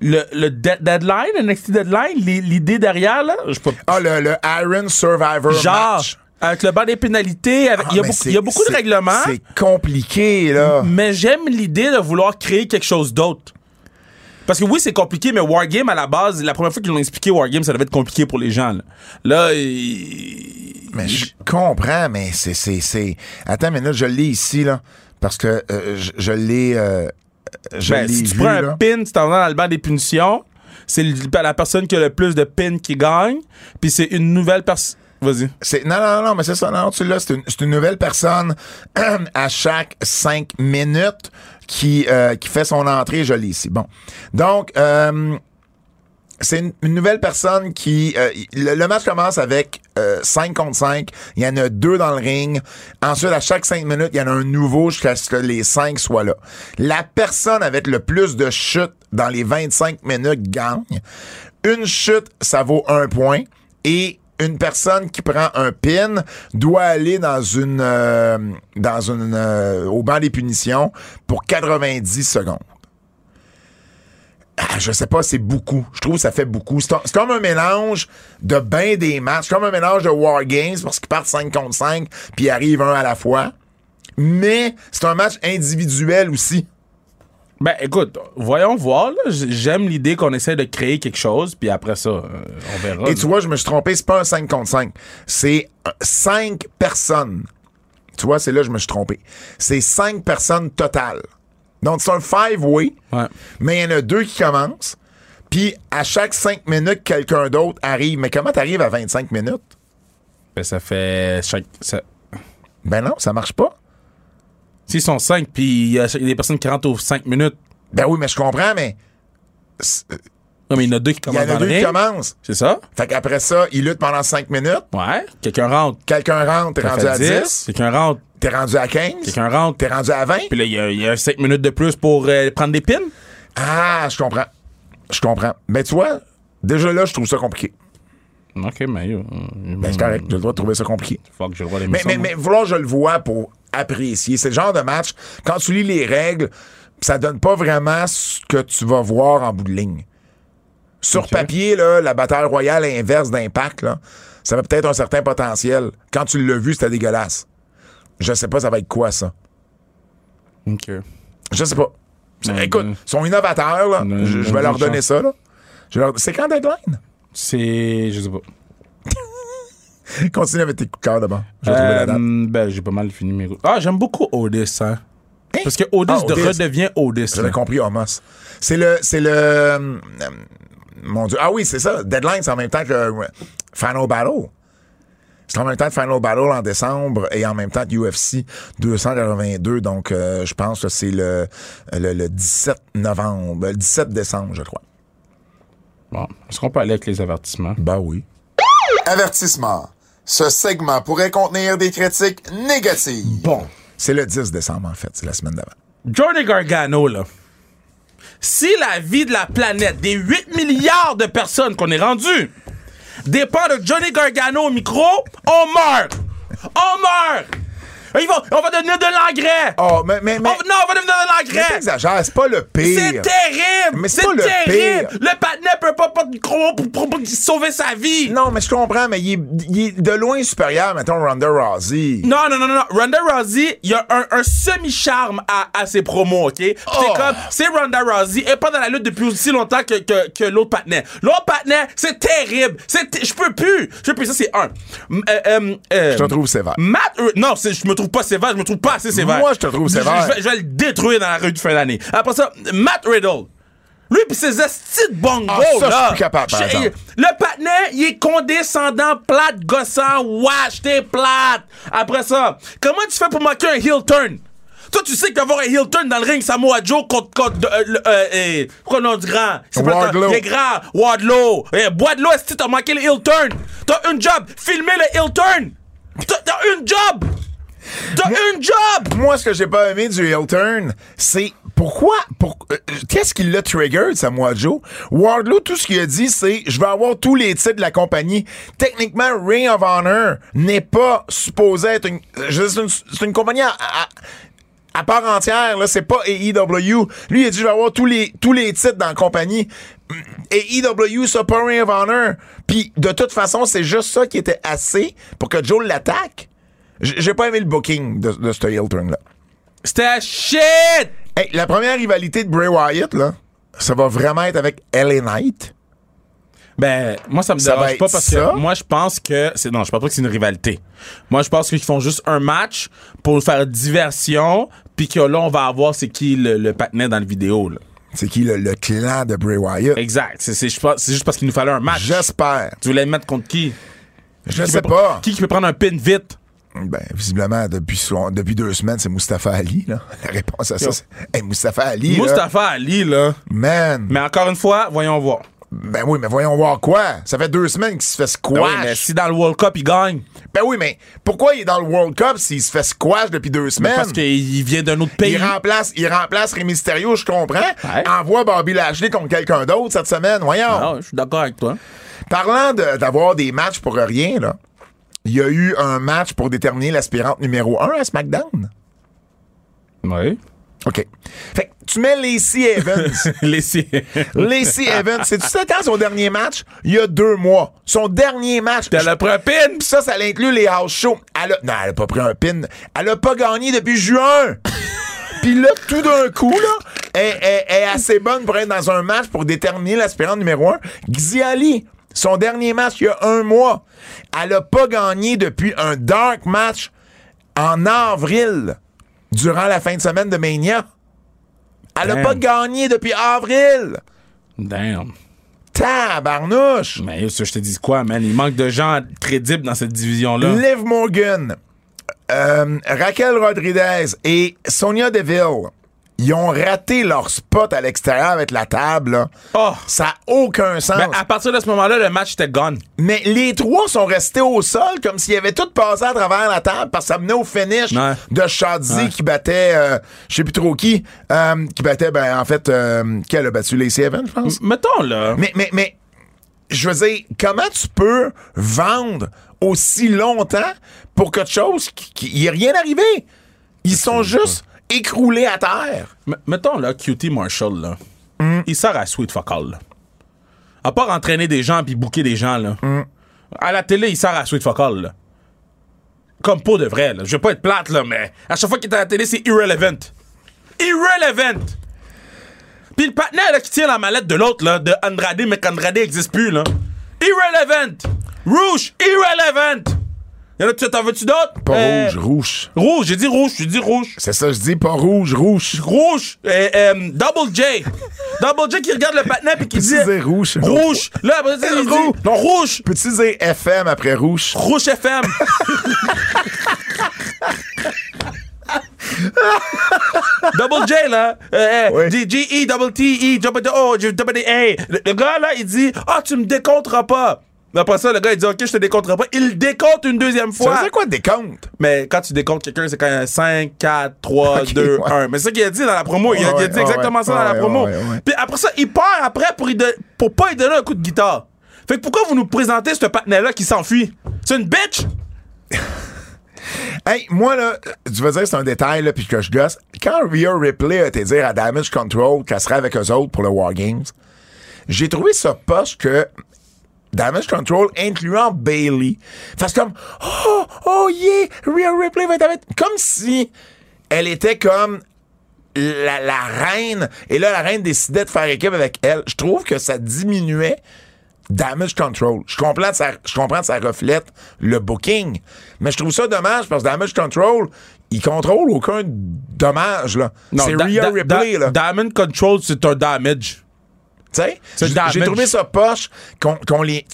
le, le de- deadline, le NXT deadline, l'i- l'idée derrière, là, je peux-
Ah, le, le Iron Survivor
genre,
match.
avec le banc des pénalités, avec-
Ah,
il y a
mais
beaucoup-
c'est-
il y a beaucoup de
c'est-
règlements.
C'est compliqué, là.
Mais j'aime l'idée de vouloir créer quelque chose d'autre. Parce que oui, c'est compliqué, mais Wargame, à la base, la première fois qu'ils l'ont expliqué, Wargame, ça devait être compliqué pour les gens. Là, là il-
Mais je comprends, mais c'est, c'est, c'est. Attends, mais là, je l'ai ici, là. Parce que euh, je, je l'ai. euh, je
ben,
l'ai
si tu
vu,
prends un
là.
pin, tu t'en vas dans le banc des punitions, c'est le- la personne qui a le plus de pins qui gagne, puis c'est une nouvelle personne. Vas-y.
C'est- non, non, non, mais c'est ça. Non, tu l'as. C'est une, c'est une nouvelle personne [CLEARS THROAT] à chaque cinq minutes qui, euh, qui fait son entrée. Je l'ai ici. Bon. Donc, euh, c'est une, une nouvelle personne qui... euh, y- le, le match commence avec euh, 5 contre 5. Il y en a deux dans le ring. Ensuite, à chaque 5 minutes, il y en a un nouveau jusqu'à ce que les 5 soient là. La personne avec le plus de chutes dans les 25 minutes gagne. Une chute, ça vaut un point. Et une personne qui prend un pin doit aller dans une... euh, dans une euh, au banc des punitions pour 90 secondes. Ah, je sais pas, c'est beaucoup. Je trouve que ça fait beaucoup. C'est un- c'est comme un mélange de bain des matchs, c'est comme un mélange de War Games parce qu'ils partent 5 contre 5 puis ils arrivent un à la fois. Mais c'est un match individuel aussi.
Ben, écoute, voyons voir. là. J- J'aime l'idée qu'on essaie de créer quelque chose, puis après ça, euh, on verra.
Et tu vois, je me suis trompé, c'est pas un 5 contre 5. C'est 5 personnes. Tu vois, c'est là que je me suis trompé. C'est 5 personnes totales. Donc c'est un five-way.
Ouais.
mais il y en a deux qui commencent. Puis à chaque 5 minutes, quelqu'un d'autre arrive. Mais comment t'arrives à 25 minutes?
Ben, ça fait. Chaque, ça-
Ben non, ça marche pas.
S'ils sont 5, puis il y a il y a des personnes qui rentrent aux 5 minutes,
Ben oui, mais je comprends, mais
non, mais il y en a deux qui
il y en
commencent
a
dans
deux
le
qui
ring.
commencent.
C'est ça?
Fait qu'après ça, ils luttent pendant 5 minutes.
Ouais. Quelqu'un rentre.
Quelqu'un rentre, t'es
Ça
rendu à
fait
10.
Quelqu'un rentre.
T'es rendu à 15.
Quelqu'un rentre.
T'es rendu à 20.
Puis là, il y a- il y a 5 minutes de plus pour euh, prendre des pins.
Ah, je comprends. Je comprends. Ben tu vois, déjà là, je trouve ça compliqué.
Ok, mais. yo, euh,
Ben c'est correct, j'ai le droit de trouver ça compliqué.
Fuck, j'ai le droit
Mais,
d'émission,
mais,
moi.
mais vouloir, je le vois pour apprécier. C'est le genre de match, quand tu lis les règles, ça donne pas vraiment ce que tu vas voir en bout de ligne. Sur papier, là, la bataille royale inverse d'impact, là, ça va peut-être un certain potentiel. Quand tu l'as vu, c'était dégueulasse. Je sais pas, ça va être quoi, ça?
Ok.
Je sais pas. C'est-
Non,
Écoute,
non.
ils sont innovateurs, là.
Non,
je, je
non,
vais leur
non,
donner ça, là. Je leur- C'est quand deadline? [LAUGHS]
C'est. Je sais pas.
Continue avec tes coups de cœur d'abord. Je vais trouver la date.
Euh, ben, j'ai pas mal fini mes goûts. Ah, j'aime beaucoup Otis, hein. Parce que Otis,
Ah,
de-
Otis.
redevient Otis.
J'avais
là.
compris Homos. C'est le. C'est le. euh, Mon Dieu. Ah oui, c'est ça. Deadline, c'est en même temps que euh, Final Battle. C'est en même temps que Final Battle en décembre et en même temps que UFC 282. Donc, euh, je pense que c'est le, le, le 17 novembre. Le 17 décembre, je crois.
Bon. Est-ce qu'on peut aller avec les avertissements?
Ben oui.
Avertissement. Ce segment pourrait contenir des critiques négatives.
Bon.
C'est le 10 décembre, en fait. C'est la semaine d'avant.
Johnny Gargano, là.
Si la vie de la planète, des 8 milliards de personnes qu'on est rendues, dépend de Johnny Gargano au micro, on meurt! On meurt! Ils vont- on va devenir de l'engrais!
Oh, mais. mais, mais
On- non, on va devenir de
mais
l'engrais!
t'exagères, c'est pas le
C'est
pire.
terrible!
Mais c'est
c'est
pas le
terrible!
pire.
Le patinet peut pas, pas- pour- pour- pour- pour sauver sa vie!
Non, mais je comprends, mais il est, il est de loin supérieur, mettons, Ronda Rousey.
Non, non, non, non, non. Ronda Rousey, il y a un, un semi-charme à, à ses promos, OK? Puis
Oh.
C'est comme, c'est Ronda Rousey, elle est pas dans la lutte depuis aussi longtemps que, que, que l'autre partenaire. L'autre partenaire, c'est terrible. C'est, t- je peux plus. Je peux plus. Ça, c'est un. M- euh, euh, euh,
Je te trouve sévère.
Matt, euh, non, c'est- je me trouve pas sévère, je me trouve pas assez sévère.
Moi, je te trouve
Je-
sévère.
Je, vais- je vais le détruire dans la rue de fin d'année. Après ça, Matt Riddle. Lui pis ses estis de bongo,
Ah, ça, je suis
là.
plus capable, par
Je-
exemple.
Le patinet, il est condescendant, plate, gossant, wesh, t'es plate. Après ça, comment tu fais pour marquer un heel turn? Toi, tu sais qu'avoir un heel turn dans le ring, Samoa Joe contre, contre, euh, le- euh, euh, pourquoi non, du grand? C'est pas-
Wardlow.
Il est grand, Wardlow. Eh, bois de l'eau, est-ce que t'as manqué le heel turn? T'as une job, filmer le heel turn. T'as t'as une job. T'as une job.
Moi, ce que j'ai pas aimé du heel turn, c'est pourquoi, pour, euh, qu'est-ce qui l'a triggered, Samoa Joe? Wardlow, tout ce qu'il a dit, c'est je vais avoir tous les titres de la compagnie. Techniquement, Ring of Honor n'est pas supposé être une, euh, je veux dire, c'est une, c'est une compagnie à, à- à part entière, là, c'est pas AEW. Lui, il a dit, je vais avoir tous les, tous les titres dans la compagnie. Mm, AEW, ça, pas Ring of Honor. Puis, de toute façon, c'est juste ça qui était assez pour que Joe l'attaque. J- J'ai pas aimé le booking de, de ce heel turn-là.
C'était shit.
Hey, la première rivalité de Bray Wyatt, là, ça va vraiment être avec LA Knight.
Ben, moi, ça me
Ça va
dérange
être
pas parce
ça?
que moi, je pense que. c'est- Non, je pense pas que c'est une rivalité. Moi, je pense qu'ils font juste un match pour faire diversion, puis que là, on va avoir c'est qui le, le patinet dans le vidéo, là.
C'est qui le, le clan de Bray Wyatt?
Exact. C'est c'est- je pense- c'est juste parce qu'il nous fallait un match.
J'espère.
Tu voulais le mettre contre qui?
Je
Qui
sais
peut-
pas.
Qui, qui peut prendre un pin vite?
Ben, visiblement, depuis, son- depuis deux semaines, c'est Mustafa Ali, là. [LAUGHS] La réponse à ça, c'est. Hey, Mustafa Ali, là.
Mustafa Ali, là.
Man.
Mais encore une fois, voyons voir.
Ben oui, mais voyons voir quoi. Ça fait deux semaines qu'il se fait squash.
Ouais, Ben mais si dans le World Cup, il gagne.
Ben oui, mais pourquoi il est dans le World Cup s'il se fait squash depuis deux semaines?
Parce qu'il vient d'un autre pays.
Il remplace, il remplace Rey Mysterio, je comprends.
Ouais.
Envoie Bobby Lashley contre quelqu'un d'autre cette semaine. Voyons.
Ah, je suis d'accord
[LAUGHS]
avec toi.
Parlant de- d'avoir des matchs pour rien, là, il y a eu un match pour déterminer l'aspirante numéro 1 à SmackDown.
Oui.
OK. Fait que tu mets Lacey
[LAUGHS]
Evans.
[LAUGHS]
Laissez.
Lacey Evans, c'est-tu ça quand son dernier match? Il y a deux mois. Son dernier match.
T'as le propine.
Puis ça, ça l'inclut les house shows. Elle a... Non, elle a pas pris un pin. Elle a pas gagné depuis juin. Puis là, tout d'un coup, là, elle, elle- elle est assez bonne pour être dans un match pour déterminer l'aspirant numéro un. Xiali, son dernier match il y a un mois, elle a pas gagné depuis un dark match en avril, durant la fin de semaine de Mania. Elle a
Damn.
pas gagné depuis avril.
Damn.
Tabarnouche!
Mais ça, je te dis quoi, man? Il manque de gens crédibles dans cette division-là.
Liv Morgan, euh, Raquel Rodriguez et Sonia Deville, ils ont raté leur spot à l'extérieur avec la table. là.
Oh.
Ça n'a aucun sens.
Ben, à partir de ce moment-là, le match était gone.
Mais les trois sont restés au sol comme s'ils avaient tout passé à travers la table parce que ça menait au finish
Ouais.
de Shadzi qui battait, euh, je sais plus trop qui, euh, qui battait, ben, en fait, euh, qui elle a battu les Evans, je pense.
Mettons, là.
Mais, mais, mais, je veux dire, comment tu peux vendre aussi longtemps pour quelque chose qui qui- il est rien arrivé? Ils sont juste écroulés à terre.
M- mettons, là, QT Marshall, là. Il sert à Sweet Fuck All, là. À part entraîner des gens puis bouquer des gens, là. À la télé, il sert à Sweet Fuck All, là. Comme pour de vrai, là. Je vais pas être plate, là, mais à chaque fois qu'il est à la télé, c'est irrelevant. Irrelevant!
Puis le partenaire là, qui tient la mallette de l'autre, là, de Andrade, mais qu'Andrade n'existe plus, là. Irrelevant! Rouge! Irrelevant! Y'en a-tu, t'en veux-tu d'autres?
Pas
Euh,
rouge, rouge.
Rouge, j'ai dit rouge, j'ai dit rouge.
C'est ça, je dis pas rouge, rouge.
Rouge! Euh, euh, Double J! Double J qui regarde le partenaire puis qui dit.
Peux-tu dire rouge?
Rouge! Là, après ça, il
Rouge.
dit. Non, rouge!
Peux-tu dire FM après rouge?
Rouge FM! double J, là. Euh,
Oui.
G-E, double T-E, double O, double A. Le, le gars, là, il dit Ah, tu me décompteras pas. Après ça, le gars, il dit Ok, je te décompterai pas. Il décompte une deuxième
Ça
fois.
veut dire quoi, des comptes?
Mais quand tu décomptes quelqu'un, c'est quand 5, 4, 3,
Ok,
2,
ouais.
1. Mais c'est ça qu'il a dit dans la promo. il, a,
Ouais,
il a dit
ouais,
exactement
ouais,
ça dans la
ouais,
promo.
ouais, ouais.
Puis après ça, il part après pour, y don- pour pas lui donner un coup de guitare. Fait que pourquoi vous nous présentez ce partenaire-là qui s'enfuit? C'est une bitch!
Hey, moi, là, tu veux dire, c'est un détail, là, puis que je gosse. Quand Rhea Ripley a été dire à Damage Control qu'elle serait avec eux autres pour le War Games, j'ai trouvé ça poche que Damage Control, incluant Bailey, fasse comme Oh, oh yeah, Rhea Ripley va être avec. Comme si elle était comme la, la reine, et là, la reine décidait de faire équipe avec elle. Je trouve que ça diminuait Damage Control. Je comprends, que ça, je comprends que ça reflète le booking, mais je trouve ça dommage parce que Damage Control, il contrôle aucun dommage, là.
Non,
C'est
da-
Rhea
da-
Ripley,
da-
là.
Diamond Control, c'est un damage.
Tu sais,
C'est
j-
damage.
j'ai trouvé ça poche qu'on qu'on les.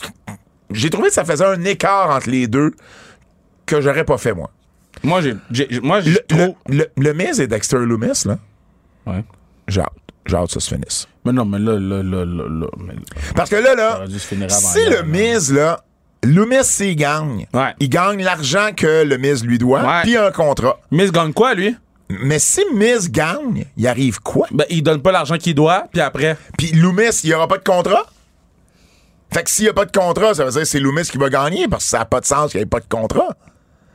J'ai trouvé que ça faisait un écart entre les deux que j'aurais pas fait, moi.
Moi, j'ai. j'ai- j'ai- Moi, j'ai
Le,
trop.
le, le, le Miz et Dexter Loomis, là,
Ouais.
j'ai hâte. J'ai hâte que ça se finisse.
Mais non, mais là, là, là, là, là. mais-
Parce que là, là,
aurait dû se finir avant
si le
hier,
Miz, là, Loomis, s'il gagne,
Ouais.
il gagne l'argent que le Miz lui doit,
Ouais.
puis un contrat.
Miz gagne quoi, lui?
Mais si Miz gagne, il arrive quoi?
Ben, il donne pas l'argent qu'il doit, puis après.
Puis Loomis, il n'y aura pas de contrat? Fait que s'il n'y a pas de contrat, ça veut dire que c'est Loomis qui va gagner parce que ça n'a pas de sens qu'il n'y ait pas de contrat.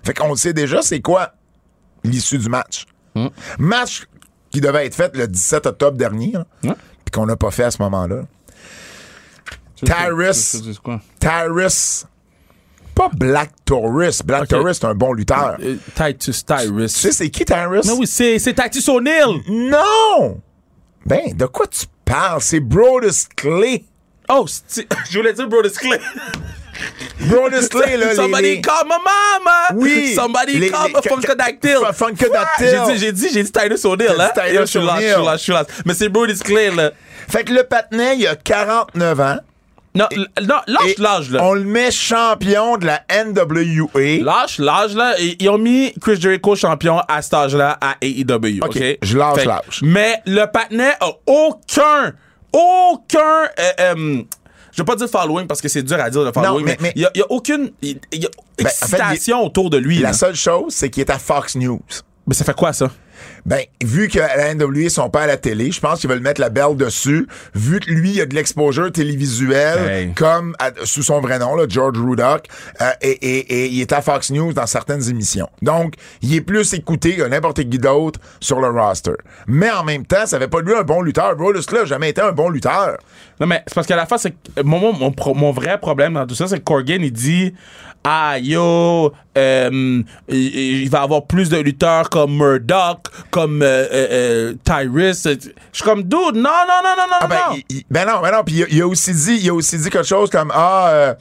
Fait qu'on le sait déjà c'est quoi l'issue du match.
Hmm.
Match qui devait être fait le 17 octobre dernier, là,
Hmm. Hein?
puis qu'on n'a pas fait à ce moment-là. Tyrus,
C'est quoi?
Tyrus, pas Black Taurus. Black Taurus, c'est un bon lutteur. Tu
Euh, Titus Tyrus.
sais, c'est qui Tyrus?
Non, Ah oui, c'est c'est Titus O'Neill!
Non! Ben, de quoi tu parles? C'est Brodus Clay.
Oh, c'est- [LAUGHS] je voulais dire Brodus Clay.
Brodus Clay, là, les-
[LAUGHS] Somebody
les-
call my mama!
Oui.
Somebody
Les-
call
les-
my Funkadactyl!
F- Funkadactyl.
J'ai dit, j'ai dit, j'ai dit Titus O'Neill,
Ah, T'as
hein?
dit Titus
Yo, je suis là,
O'Neill.
je suis là, je suis là. Mais c'est Brodus Clay, là.
Fait que le patinet, il a 49 ans.
Non, l- non, Ah, lâche
Et
l'âge, là.
On le met champion de la NWA.
Lâche l'âge, là. Ils ils ont mis Chris Jericho champion à cet âge-là à AEW. OK.
je lâche
que-
l'âge.
Mais le patinet a aucun, aucun, euh, euh, je vais pas dire following parce que c'est dur à dire le following,
mais-
mais,
mais- Ben,
il y, a- il y a aucune il il y a
en fait,
excitation autour de lui.
La
là.
seule chose, c'est qu'il est à Fox News.
Mais ça fait quoi, ça?
Ben, vu que la NWA ils sont pas à la télé, je pense qu'ils veulent mettre la belle dessus. Vu que lui, il a de l'exposure télévisuelle,
Hey.
comme à- sous son vrai nom, là, George Rudock, euh, et, et- et il est à Fox News dans certaines émissions. Donc, il est plus écouté que n'importe qui d'autre sur le roster. Mais en même temps, ça fait pas de lui un bon lutteur. Rodus là, a jamais été un bon lutteur.
Non, mais c'est parce qu'à la fin, c'est que mon, mon, mon, pro- mon vrai problème dans tout ça, c'est que Corgan, il dit Ah, yo, euh, il, il va avoir plus de lutteurs comme Murdoch, comme euh, euh, euh, Tyrus. Je suis comme Dude, non, non, non, non, non.
Ah ben,
non.
il- il- ben non, ben non. Puis il a- il a aussi dit, il a aussi dit quelque chose comme ah, euh,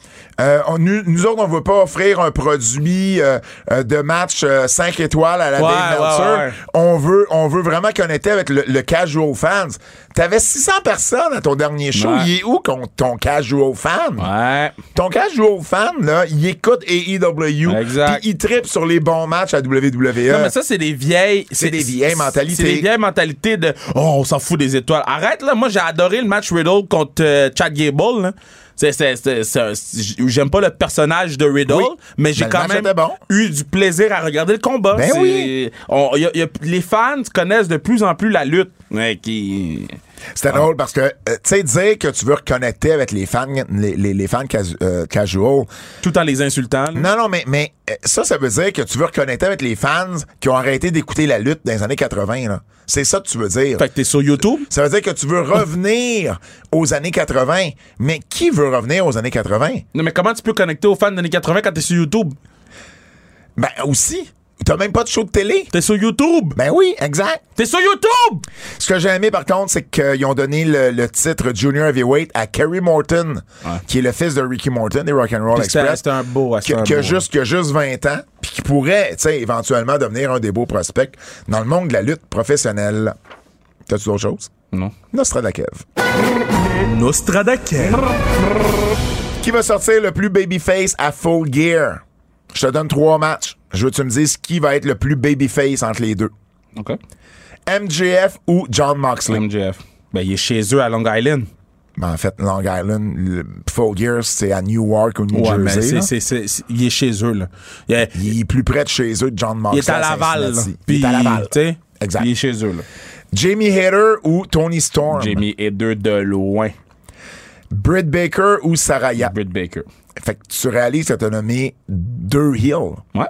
euh, on- nous, nous autres on veut pas offrir un produit euh, euh, de match 5 étoiles à la
Ouais,
Dave
ouais,
Meltzer.
ouais.
On veut, on veut vraiment connecter avec le, le casual fans. T'avais 600 personnes à ton dernier show.
Ouais.
Il est où ton, ton casual fan?
Ouais.
Ton casual fan là, il écoute AEW.
Exact.
Puis il tripe sur les bons matchs à E. WWE.
Non, mais ça, c'est des vieilles. C'est
Euh, des vieilles
c'est-
mentalités.
C'est des vieilles mentalités de Oh, on s'en fout des étoiles. Arrête, là. Moi, j'ai adoré le match Riddle contre euh, Chad Gable. là. C'est- c'est- c'est- c'est- c'est- J'aime pas le personnage de Riddle,
Oui.
mais j'ai
Mais le
quand
match
même
était bon.
eu du plaisir à regarder le combat.
Ben
C'est-
oui.
on- y a- y a- les fans connaissent de plus en plus la lutte. Ouais, qui...
C'était drôle parce que, euh, tu sais, dire que tu veux reconnecter avec les fans, les, les- les fans casu- euh, casual.
Tout en les insultant. là.
Non, non, mais, mais euh, ça, ça veut dire que tu veux reconnecter avec les fans qui ont arrêté d'écouter la lutte dans les années 80. là. C'est ça que tu veux dire.
Fait que t'es sur YouTube.
Ça veut dire que tu veux revenir aux années 80. Mais qui veut revenir aux années 80?
Non, mais comment tu peux connecter aux fans des années 80 quand t'es sur YouTube?
Ben aussi. T'as même pas de show de télé?
T'es sur YouTube!
Ben oui, exact.
T'es sur YouTube!
Ce que j'ai aimé, par contre, c'est qu'ils ont donné le, le titre Junior Heavyweight à Kerry Morton, qui est le fils de Ricky Morton des Rock'n'Roll
Puis c'était-
Express.
c'était un beau, c'était
qui,
un
qui a
beau,
juste, qui a juste 20 ans, puis qui pourrait, tu sais, éventuellement devenir un des beaux prospects dans le monde de la lutte professionnelle. T'as-tu d'autres choses?
Non.
Nostradakev.
Nostradakel.
Qui va sortir le plus babyface à Full Gear? Je te donne trois matchs. Je veux que tu me dises qui va être le plus babyface entre les deux.
OK.
MJF ou John Moxley?
MJF. Ben, il est chez eux à Long Island.
Ben, en fait, Long Island, le Full Gear, c'est à Newark ou New
Ouais,
ben,
mais
Jersey.
c'est,
là.
c'est, c'est- c'est- il est chez eux, là. Il est,
Il est plus près de chez eux de John Moxley.
il est à Laval, là.
Cincinnati.
Puis,
il est à Laval.
tu sais,
Exact.
Il est chez eux, là.
Jamie Hader ou Tony Storm?
Jamie et deux de loin.
Britt Baker ou Saraya?
Britt Baker.
Fait que tu réalises que t'as nommé deux Hill.
Ouais.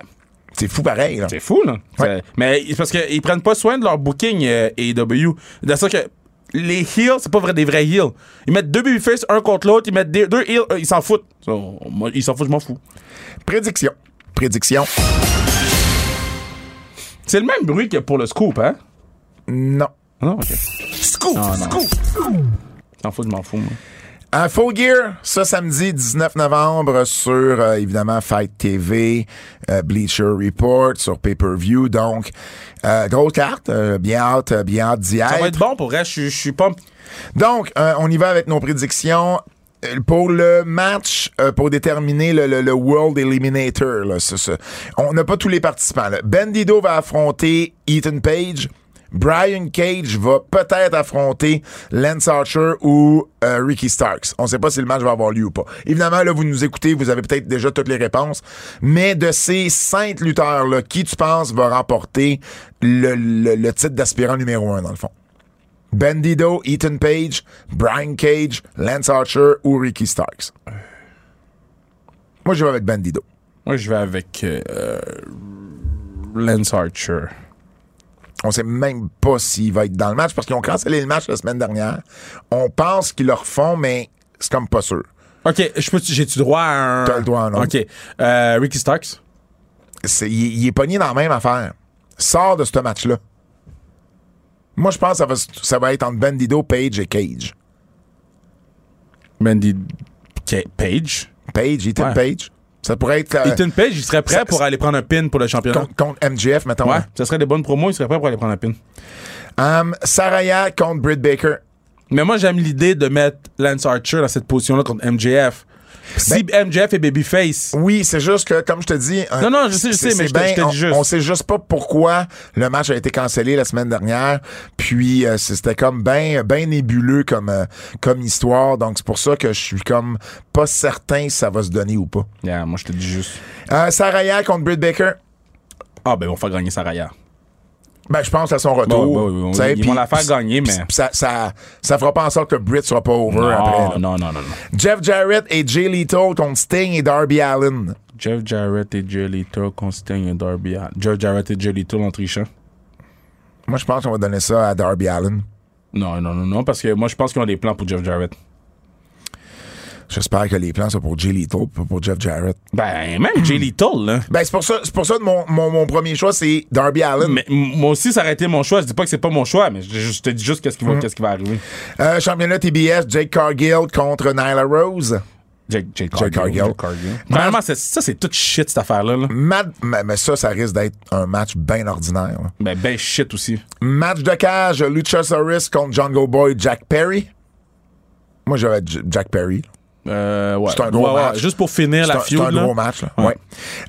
C'est fou pareil, là.
C'est fou, là.
Ouais.
C'est- Mais c'est parce qu'ils prennent pas soin de leur booking euh, AEW. De ça que les heels, c'est pas vrai, des vrais heels. Ils mettent deux babyface, un contre l'autre. Ils mettent des- deux heels, euh, ils s'en foutent. Ça, on- moi, ils s'en foutent, je m'en fous.
Prédiction. Prédiction.
C'est le même bruit que pour le scoop, hein?
Non.
Non, ok.
Scoop! scoop!
T'en fous, je m'en fous, moi.
À Full Gear, ça samedi 19 novembre sur euh, évidemment Fight TV, euh, Bleacher Report, sur Pay-Per-View. Donc, euh, grosse carte, euh, bien hâte, euh, bien hâte d'y
Ça va
être.
être bon pour vrai, je suis- je suis pas.
Donc, euh, on y va avec nos prédictions. Euh, Pour le match, euh, pour déterminer le, le- le World Eliminator, là, ce- ce- on n'a pas tous les participants. là. Bandido va affronter Ethan Page. Brian Cage va peut-être affronter Lance Archer ou euh, Ricky Starks. On ne sait pas si le match va avoir lieu ou pas. Évidemment, là, vous nous écoutez, vous avez peut-être déjà toutes les réponses. Mais de ces cinq lutteurs-là, qui tu penses va remporter le, le- le titre d'aspirant numéro un, dans le fond? Bandido, Ethan Page, Brian Cage, Lance Archer ou Ricky Starks? Moi, je vais avec Bandido.
Moi, je vais avec euh, euh, Lance Archer.
On sait même pas s'il va être dans le match parce qu'ils ont cancellé le match la semaine dernière. On pense qu'ils le refont, mais c'est comme pas sûr.
OK, je peux, j'ai-tu droit à un.
T'as le droit à un autre.
OK. Euh, Ricky Starks.
C'est- il, il est pogné dans la même affaire. Sors de ce match-là. Moi, je pense que ça va, s- ça va être entre Bandido, Page et Cage.
Mandy Ca- Page.
Page, Ethan
Ouais.
Page. Ça pourrait être euh,
Ethan Page, il serait prêt
ça-
pour aller prendre un pin pour le championnat.
contre, contre MGF, mettons.
Ouais,
hein.
ça serait des bonnes promos, il serait prêt pour aller prendre un pin.
Um, Saraya contre Britt Baker.
Mais moi, j'aime l'idée de mettre Lance Archer dans cette position-là contre MJF. Si
Ben-
MJF est babyface,
Oui, c'est juste que, comme je te dis. euh,
Non, non, je sais, je sais,
c'est- c'est
mais je te- je
bien,
te dis
on,
juste.
on sait juste pas pourquoi le match a été cancellé la semaine dernière. Puis, euh, c'est- c'était comme bien ben nébuleux comme, euh, comme histoire. Donc, c'est pour ça que je suis comme pas certain si ça va se donner ou pas.
Yeah, moi, je te dis juste.
Euh, Saraya contre Britt Baker.
Ah, ben, on va faire gagner Saraya.
Ben, je pense à son retour.
Bon, oui, oui, oui,
Tu sais,
ils
puis-
vont la faire gagner,
puis-
mais-
puis ça, ça, ça fera pas en sorte que Britt sera pas over après. là.
non, non, non, non.
Jeff Jarrett et Jay Lethal contre Sting et Darby Allen.
Jeff Jarrett et Jay Lethal, Constantine et Darby Allin. Jeff Jarrett et Jay Lethal en trichant.
Moi, je pense qu'on va donner ça à Darby Allen.
Non, non, non, non, parce que moi, je pense qu'ils ont des plans pour Jeff Jarrett.
J'espère que les plans sont pour Jay Lethal, pas pour Jeff Jarrett.
Ben, même Jay Lethal, là.
Ben, c'est pour ça, c'est pour ça que mon, mon, mon premier choix, c'est Darby Allen.
Mais m- moi aussi, ça aurait été mon choix. Je dis pas que c'est pas mon choix, mais je, je te dis juste qu'est-ce
Hmm.
qui va, qu'est-ce qui va arriver.
Euh, championnat TBS, Jake Cargill contre Nyla Rose.
Jake, Jake
Jake Cargill.
Cargill.
Ben,
Vraiment, ça, c'est toute shit, cette affaire-là. Là.
Mat- mais, mais ça, ça risque d'être un match bien ordinaire. là.
Ben, ben shit aussi.
Match de cage, Luchasaurus contre Jungle Boy, Jack Perry. Moi, j'avais J- Jack Perry.
Euh, ouais.
C'est un gros
Ouais, ouais,
match.
juste pour finir
C'est
la
un, c'est
feud,
un
là.
gros match. là. Ouais.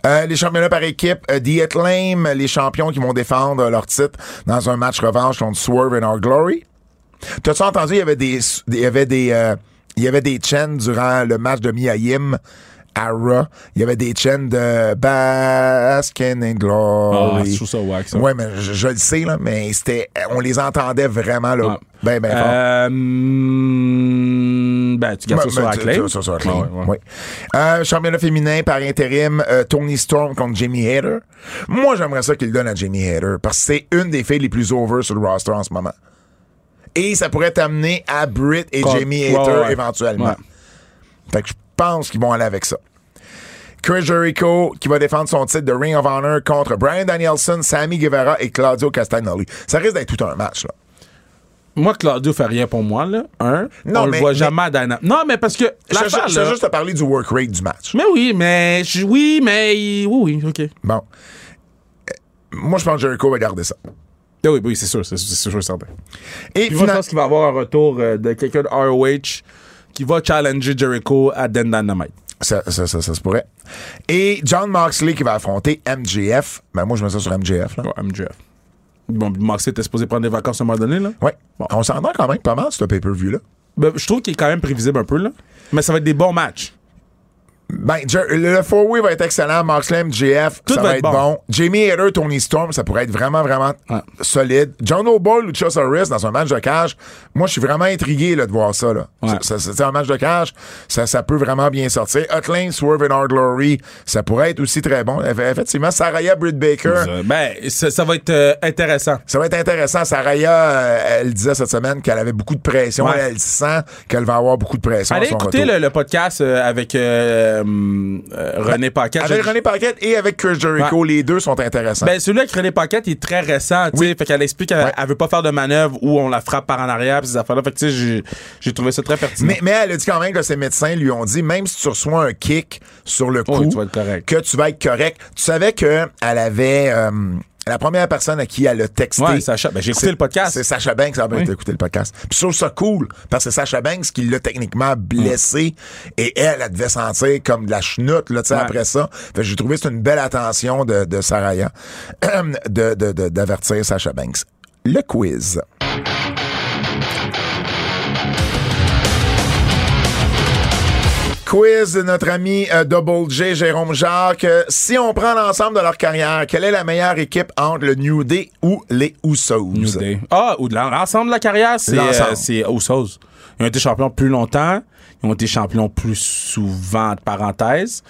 Euh, les championnats par équipe, euh, The Acclaim, les champions qui vont défendre euh, leur titre dans un match revanche contre Swerve and Our Glory. T'as-tu entendu, il y avait des, il y avait des, euh, il y avait des chaînes durant le match de Miaim à Raw. Il y avait des chaînes de Baskin and
Ah,
Glory.
je trouve ça wack, ça.
Ouais, mais je, je le sais, là, mais c'était, on les entendait vraiment, là,
Ouais.
ben, ben fort.
Euh, mm, ben, tu gardes
Ben,
ça sur
ben,
la
tu-
clé.
tu- ça sur la clé,
Ah Ouais, ouais.
oui. Euh, championnat féminin par intérim, euh, Tony Storm contre Jamie Hader. Moi, j'aimerais ça qu'il le donne à Jamie Hader parce que c'est une des filles les plus over sur le roster en ce moment. Et ça pourrait t'amener à Britt et
Contre-
Jamie
ouais,
Hader
ouais, ouais.
éventuellement.
Ouais.
Fait que je pense qu'ils vont aller avec ça. Chris Jericho qui va défendre son titre de Ring of Honor contre Brian Danielson, Sammy Guevara et Claudio Castagnoli. Ça risque d'être tout un match, là.
Moi, Claudio fait rien pour moi, là. Un.
Non,
on
mais-
le voit
mais-
jamais à Dyna- Non, mais parce que.
Je
l'affaire,
je- je
là-
veux juste te parler du work rate du match.
Mais oui, mais. je- Oui, mais. Oui, oui, OK.
Bon. Euh, Moi, je pense que Jericho va garder ça.
Ah oui, oui, c'est sûr, c'est c'est sûr, certain.
Et
Puis moi, je
fina-
pense qu'il va avoir un retour euh, de quelqu'un de ROH qui va challenger Jericho à Den Dynamite.
ça, ça, ça, ça se pourrait. Et John Moxley qui va affronter MJF. Ben, moi, je mets ça sur MJF. Là.
Ouais, MJF. Bon, Moxley était supposé prendre des vacances à un moment donné, là.
Ouais. On s'entend quand même pas mal, ce pay-per-view-là.
Ben, je trouve qu'il est quand même prévisible un peu, là. Mais ça va être des bons matchs.
Ben, Jer- le four way va être excellent. Moxley, MJF,
Tout
ça va, être bon. Jamie Hader, Tony Storm, ça pourrait être vraiment, vraiment
Ouais.
solide. John O'Ball, Lucha Soros dans un match de cage. Moi, je suis vraiment intrigué là, de voir ça. Là.
Ouais.
Ça- ça- ça- c'est un match de cage, ça, ça peut vraiment bien sortir. Hotline, Swerve and Our Glory, ça pourrait être aussi très bon. Eff- Effectivement, Saraya, Britt Baker.
Euh, Ben, ça, ça va être euh, intéressant.
Ça va être intéressant. Saraya, euh, elle disait cette semaine qu'elle avait beaucoup de pression.
Ouais.
Elle, elle sent qu'elle va avoir beaucoup de pression.
Allez
à son
écouter
retour.
le, le podcast euh, avec euh, euh, René Paquette.
Ben, Avec
Je-
René Paquette et avec Chris Jericho, les deux sont intéressants.
Ben, celui avec René Paquette il est très récent, tu sais. Fait qu'elle explique qu'elle
Ouais.
elle veut pas faire de manœuvre où on la frappe par en arrière, pis ces affaires-là. Fait que, tu sais, j'ai- j'ai trouvé ça très pertinent.
Mais, mais elle a dit quand même que ses médecins lui ont dit, même si tu reçois un kick sur le coup,
Oui, Oh, tu vas être correct.
que tu vas être correct. Tu savais que elle avait euh, la première personne à qui elle a texté.
Ouais, Sacha. Ben, j'ai écouté
c'est-
le podcast.
C'est Sacha Banks. Ah ben,
Oui.
t'as écouté le podcast. Puis je trouve ça cool, parce que c'est Sacha Banks qui l'a techniquement blessé, et elle, elle devait sentir comme de la chenoute, là, tu sais,
Ouais.
après ça. Fait que j'ai trouvé que c'est une belle attention de, de Saraya, [CLEARS THROAT] de- de- de- d'avertir Sacha Banks. Le quiz. Quiz de notre ami euh, Double J, Jérôme Jacques. Euh, si on prend l'ensemble de leur carrière, quelle est la meilleure équipe entre le New Day ou les Usos?
New Day. Ah, ou de l'en- l'ensemble de la carrière, c'est
L'ensemble.
euh, c'est Usos. Ils ont été champions plus longtemps. Ils ont été champions plus souvent, de parenthèse.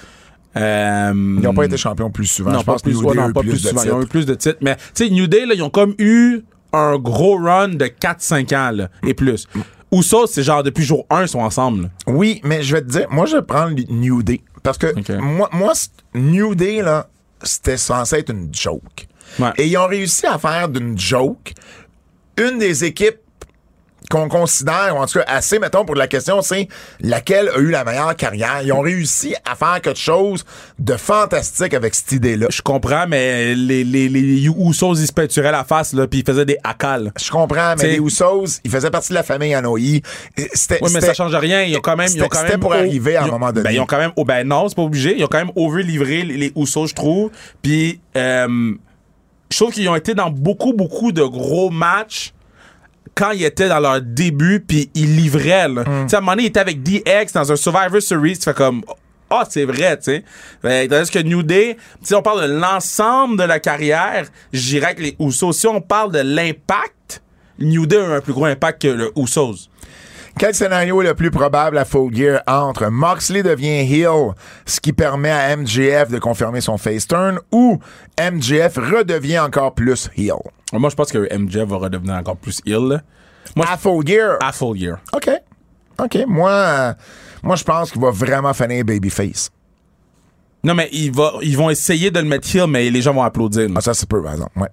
Euh,
Ils n'ont pas été champions plus souvent.
non,
Ben, Je
pas
pense que
plus,
New
ouais,
Day a
non,
eu
pas
plus
plus
de
souvent. Ils ont eu
titres.
plus de titres. Mais, tu sais, New Day, là, ils ont comme eu un gros run de 4-5 ans, là, et plus. Usos, c'est genre depuis jour 1, ils sont ensemble. là.
Oui, mais je vais te dire, moi, je vais prendre le New Day. Parce que
Ok.
moi, moi, c- New Day, là, c'était censé être une joke.
Ouais.
Et ils ont réussi à faire d'une joke une des équipes qu'on considère, ou en tout cas assez, mettons, pour la question, c'est laquelle a eu la meilleure carrière. Ils ont réussi à faire quelque chose de fantastique avec cette idée-là.
Je comprends, mais les, les, les Usos, ils se peinturaient la face, là, puis ils faisaient des acals.
Je comprends, mais les
T'sais-
Usos, ils faisaient partie de la famille Anoï. C'était,
Oui, mais
c'était-
ça change rien. Ils ont quand même. ils ont quand
C'était- c'était
même
pour
au-
arriver à un
ils ont-
moment donné.
Ben, ils ont quand même. Oh, ben non, c'est pas obligé. Ils ont quand même over-livré les, les Usos, je trouve. Puis, euh, je trouve qu'ils ont été dans beaucoup, beaucoup de gros matchs quand ils étaient dans leur début, puis ils livraient. là.
Mm.
Tu sais, à un moment donné, ils étaient avec DX dans un Survivor Series. Tu fais comme. Ah, c'est vrai, tu sais. Fait que Tandis que New Day, si on parle de l'ensemble de la carrière, j'irais que les Usos. Si on parle de l'impact, New Day a eu un plus gros impact que le Usos.
Quel scénario est le plus probable à Full Gear entre Moxley devient heel, ce qui permet à MJF de confirmer son face turn, ou MJF redevient encore plus heel?
Ouais, Moi, je pense que MJF va redevenir encore plus ill. là. Moi,
À Full Gear?
à full year.
OK. OK. Moi, euh, moi je pense qu'il va vraiment finir babyface.
Non, mais ils, va, ils vont essayer de le mettre heel, mais les gens vont applaudir. là.
Ah, ça, c'est peu, par exemple. Ouais.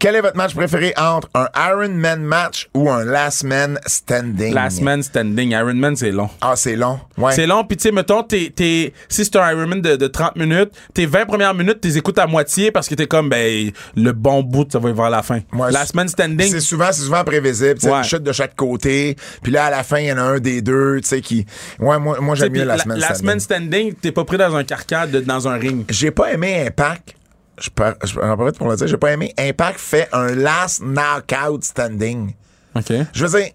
Quel est votre match préféré entre un Iron Man match ou un Last Man Standing?
Last man standing, Iron Man, c'est long.
Ah, c'est long. Ouais.
C'est long, puis tu sais, mettons, t'es- t'es- si c'est un Ironman de, de 30 minutes, tes 20 premières minutes, t'es écoutes à moitié parce que t'es comme, ben, le bon bout, ça va y voir à la fin.
Ouais,
Last man standing,
C'est souvent, c'est souvent prévisible. tu sais,
Ouais.
Une chute de chaque côté. Puis là, à la fin, il y en a un des deux, tu sais, qui. Ouais, moi, moi j'aime
puis
mieux la,
la-
semaine
last man
standing.
standing, t'es pas pris dans un carcan, de- dans un ring.
J'ai pas aimé Impact. Je par- je j'en profite pour le dire. J'ai pas aimé Impact fait un last knockout standing.
OK.
Je veux dire,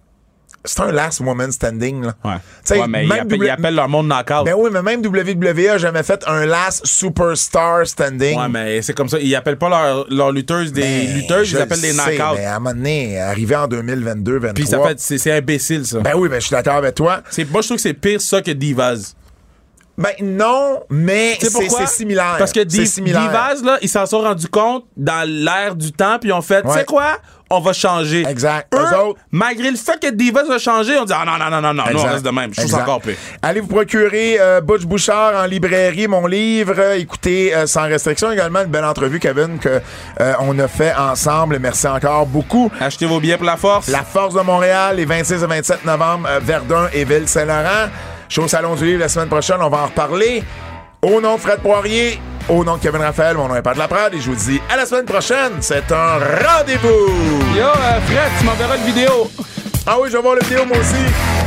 c'est un last woman standing, là.
Ouais.
Tu sais,
Ouais, mais ils
même
appellent,
W-
ils appellent leur monde knockout.
Ben oui, mais même WWE a jamais fait un last superstar standing.
ouais, mais c'est comme ça. Ils appellent pas leurs leur lutteuses des
Ben,
lutteuses,
je
ils appellent
le
des
sais,
knockouts.
Mais à un moment donné, arrivé en 2022, 2023.
Puis ça fait, c'est, c'est imbécile, ça.
Ben oui, ben je suis d'accord avec toi.
C'est, moi, je trouve que c'est pire ça que Divas.
Ben non, mais
Tu sais
c'est
pourquoi?
c'est similaire.
Parce que
C'est
Div-
similaire.
Divas, là, ils s'en sont rendus compte dans l'air du temps, puis ils ont fait, tu
Ouais.
sais quoi? On va changer.
Exact.
Eux,
Eux autres-
malgré le fait que Divas a changé, on dit, ah non, non, non, non, non, nous, on
Exact.
reste de même. Je trouve
Exact.
ça encore pire.
Allez vous procurer euh, Butch Bouchard en librairie, mon livre. Euh, écoutez euh, sans restriction également une belle entrevue, Kevin, que euh, on a fait ensemble. Merci encore beaucoup.
Achetez vos billets pour la force.
La Force de Montréal, les 26 et 27 novembre, euh, Verdun et Ville-Saint-Laurent. Je suis au Salon du Livre la semaine prochaine, on va en reparler. Au nom de Fred Poirier, au nom de Kevin Raphaël, mon nom est Pat Laprade et je vous dis à la semaine prochaine. C'est un rendez-vous!
Yo, euh, Fred, tu m'enverras une vidéo.
Ah oui, je vais voir la vidéo moi aussi.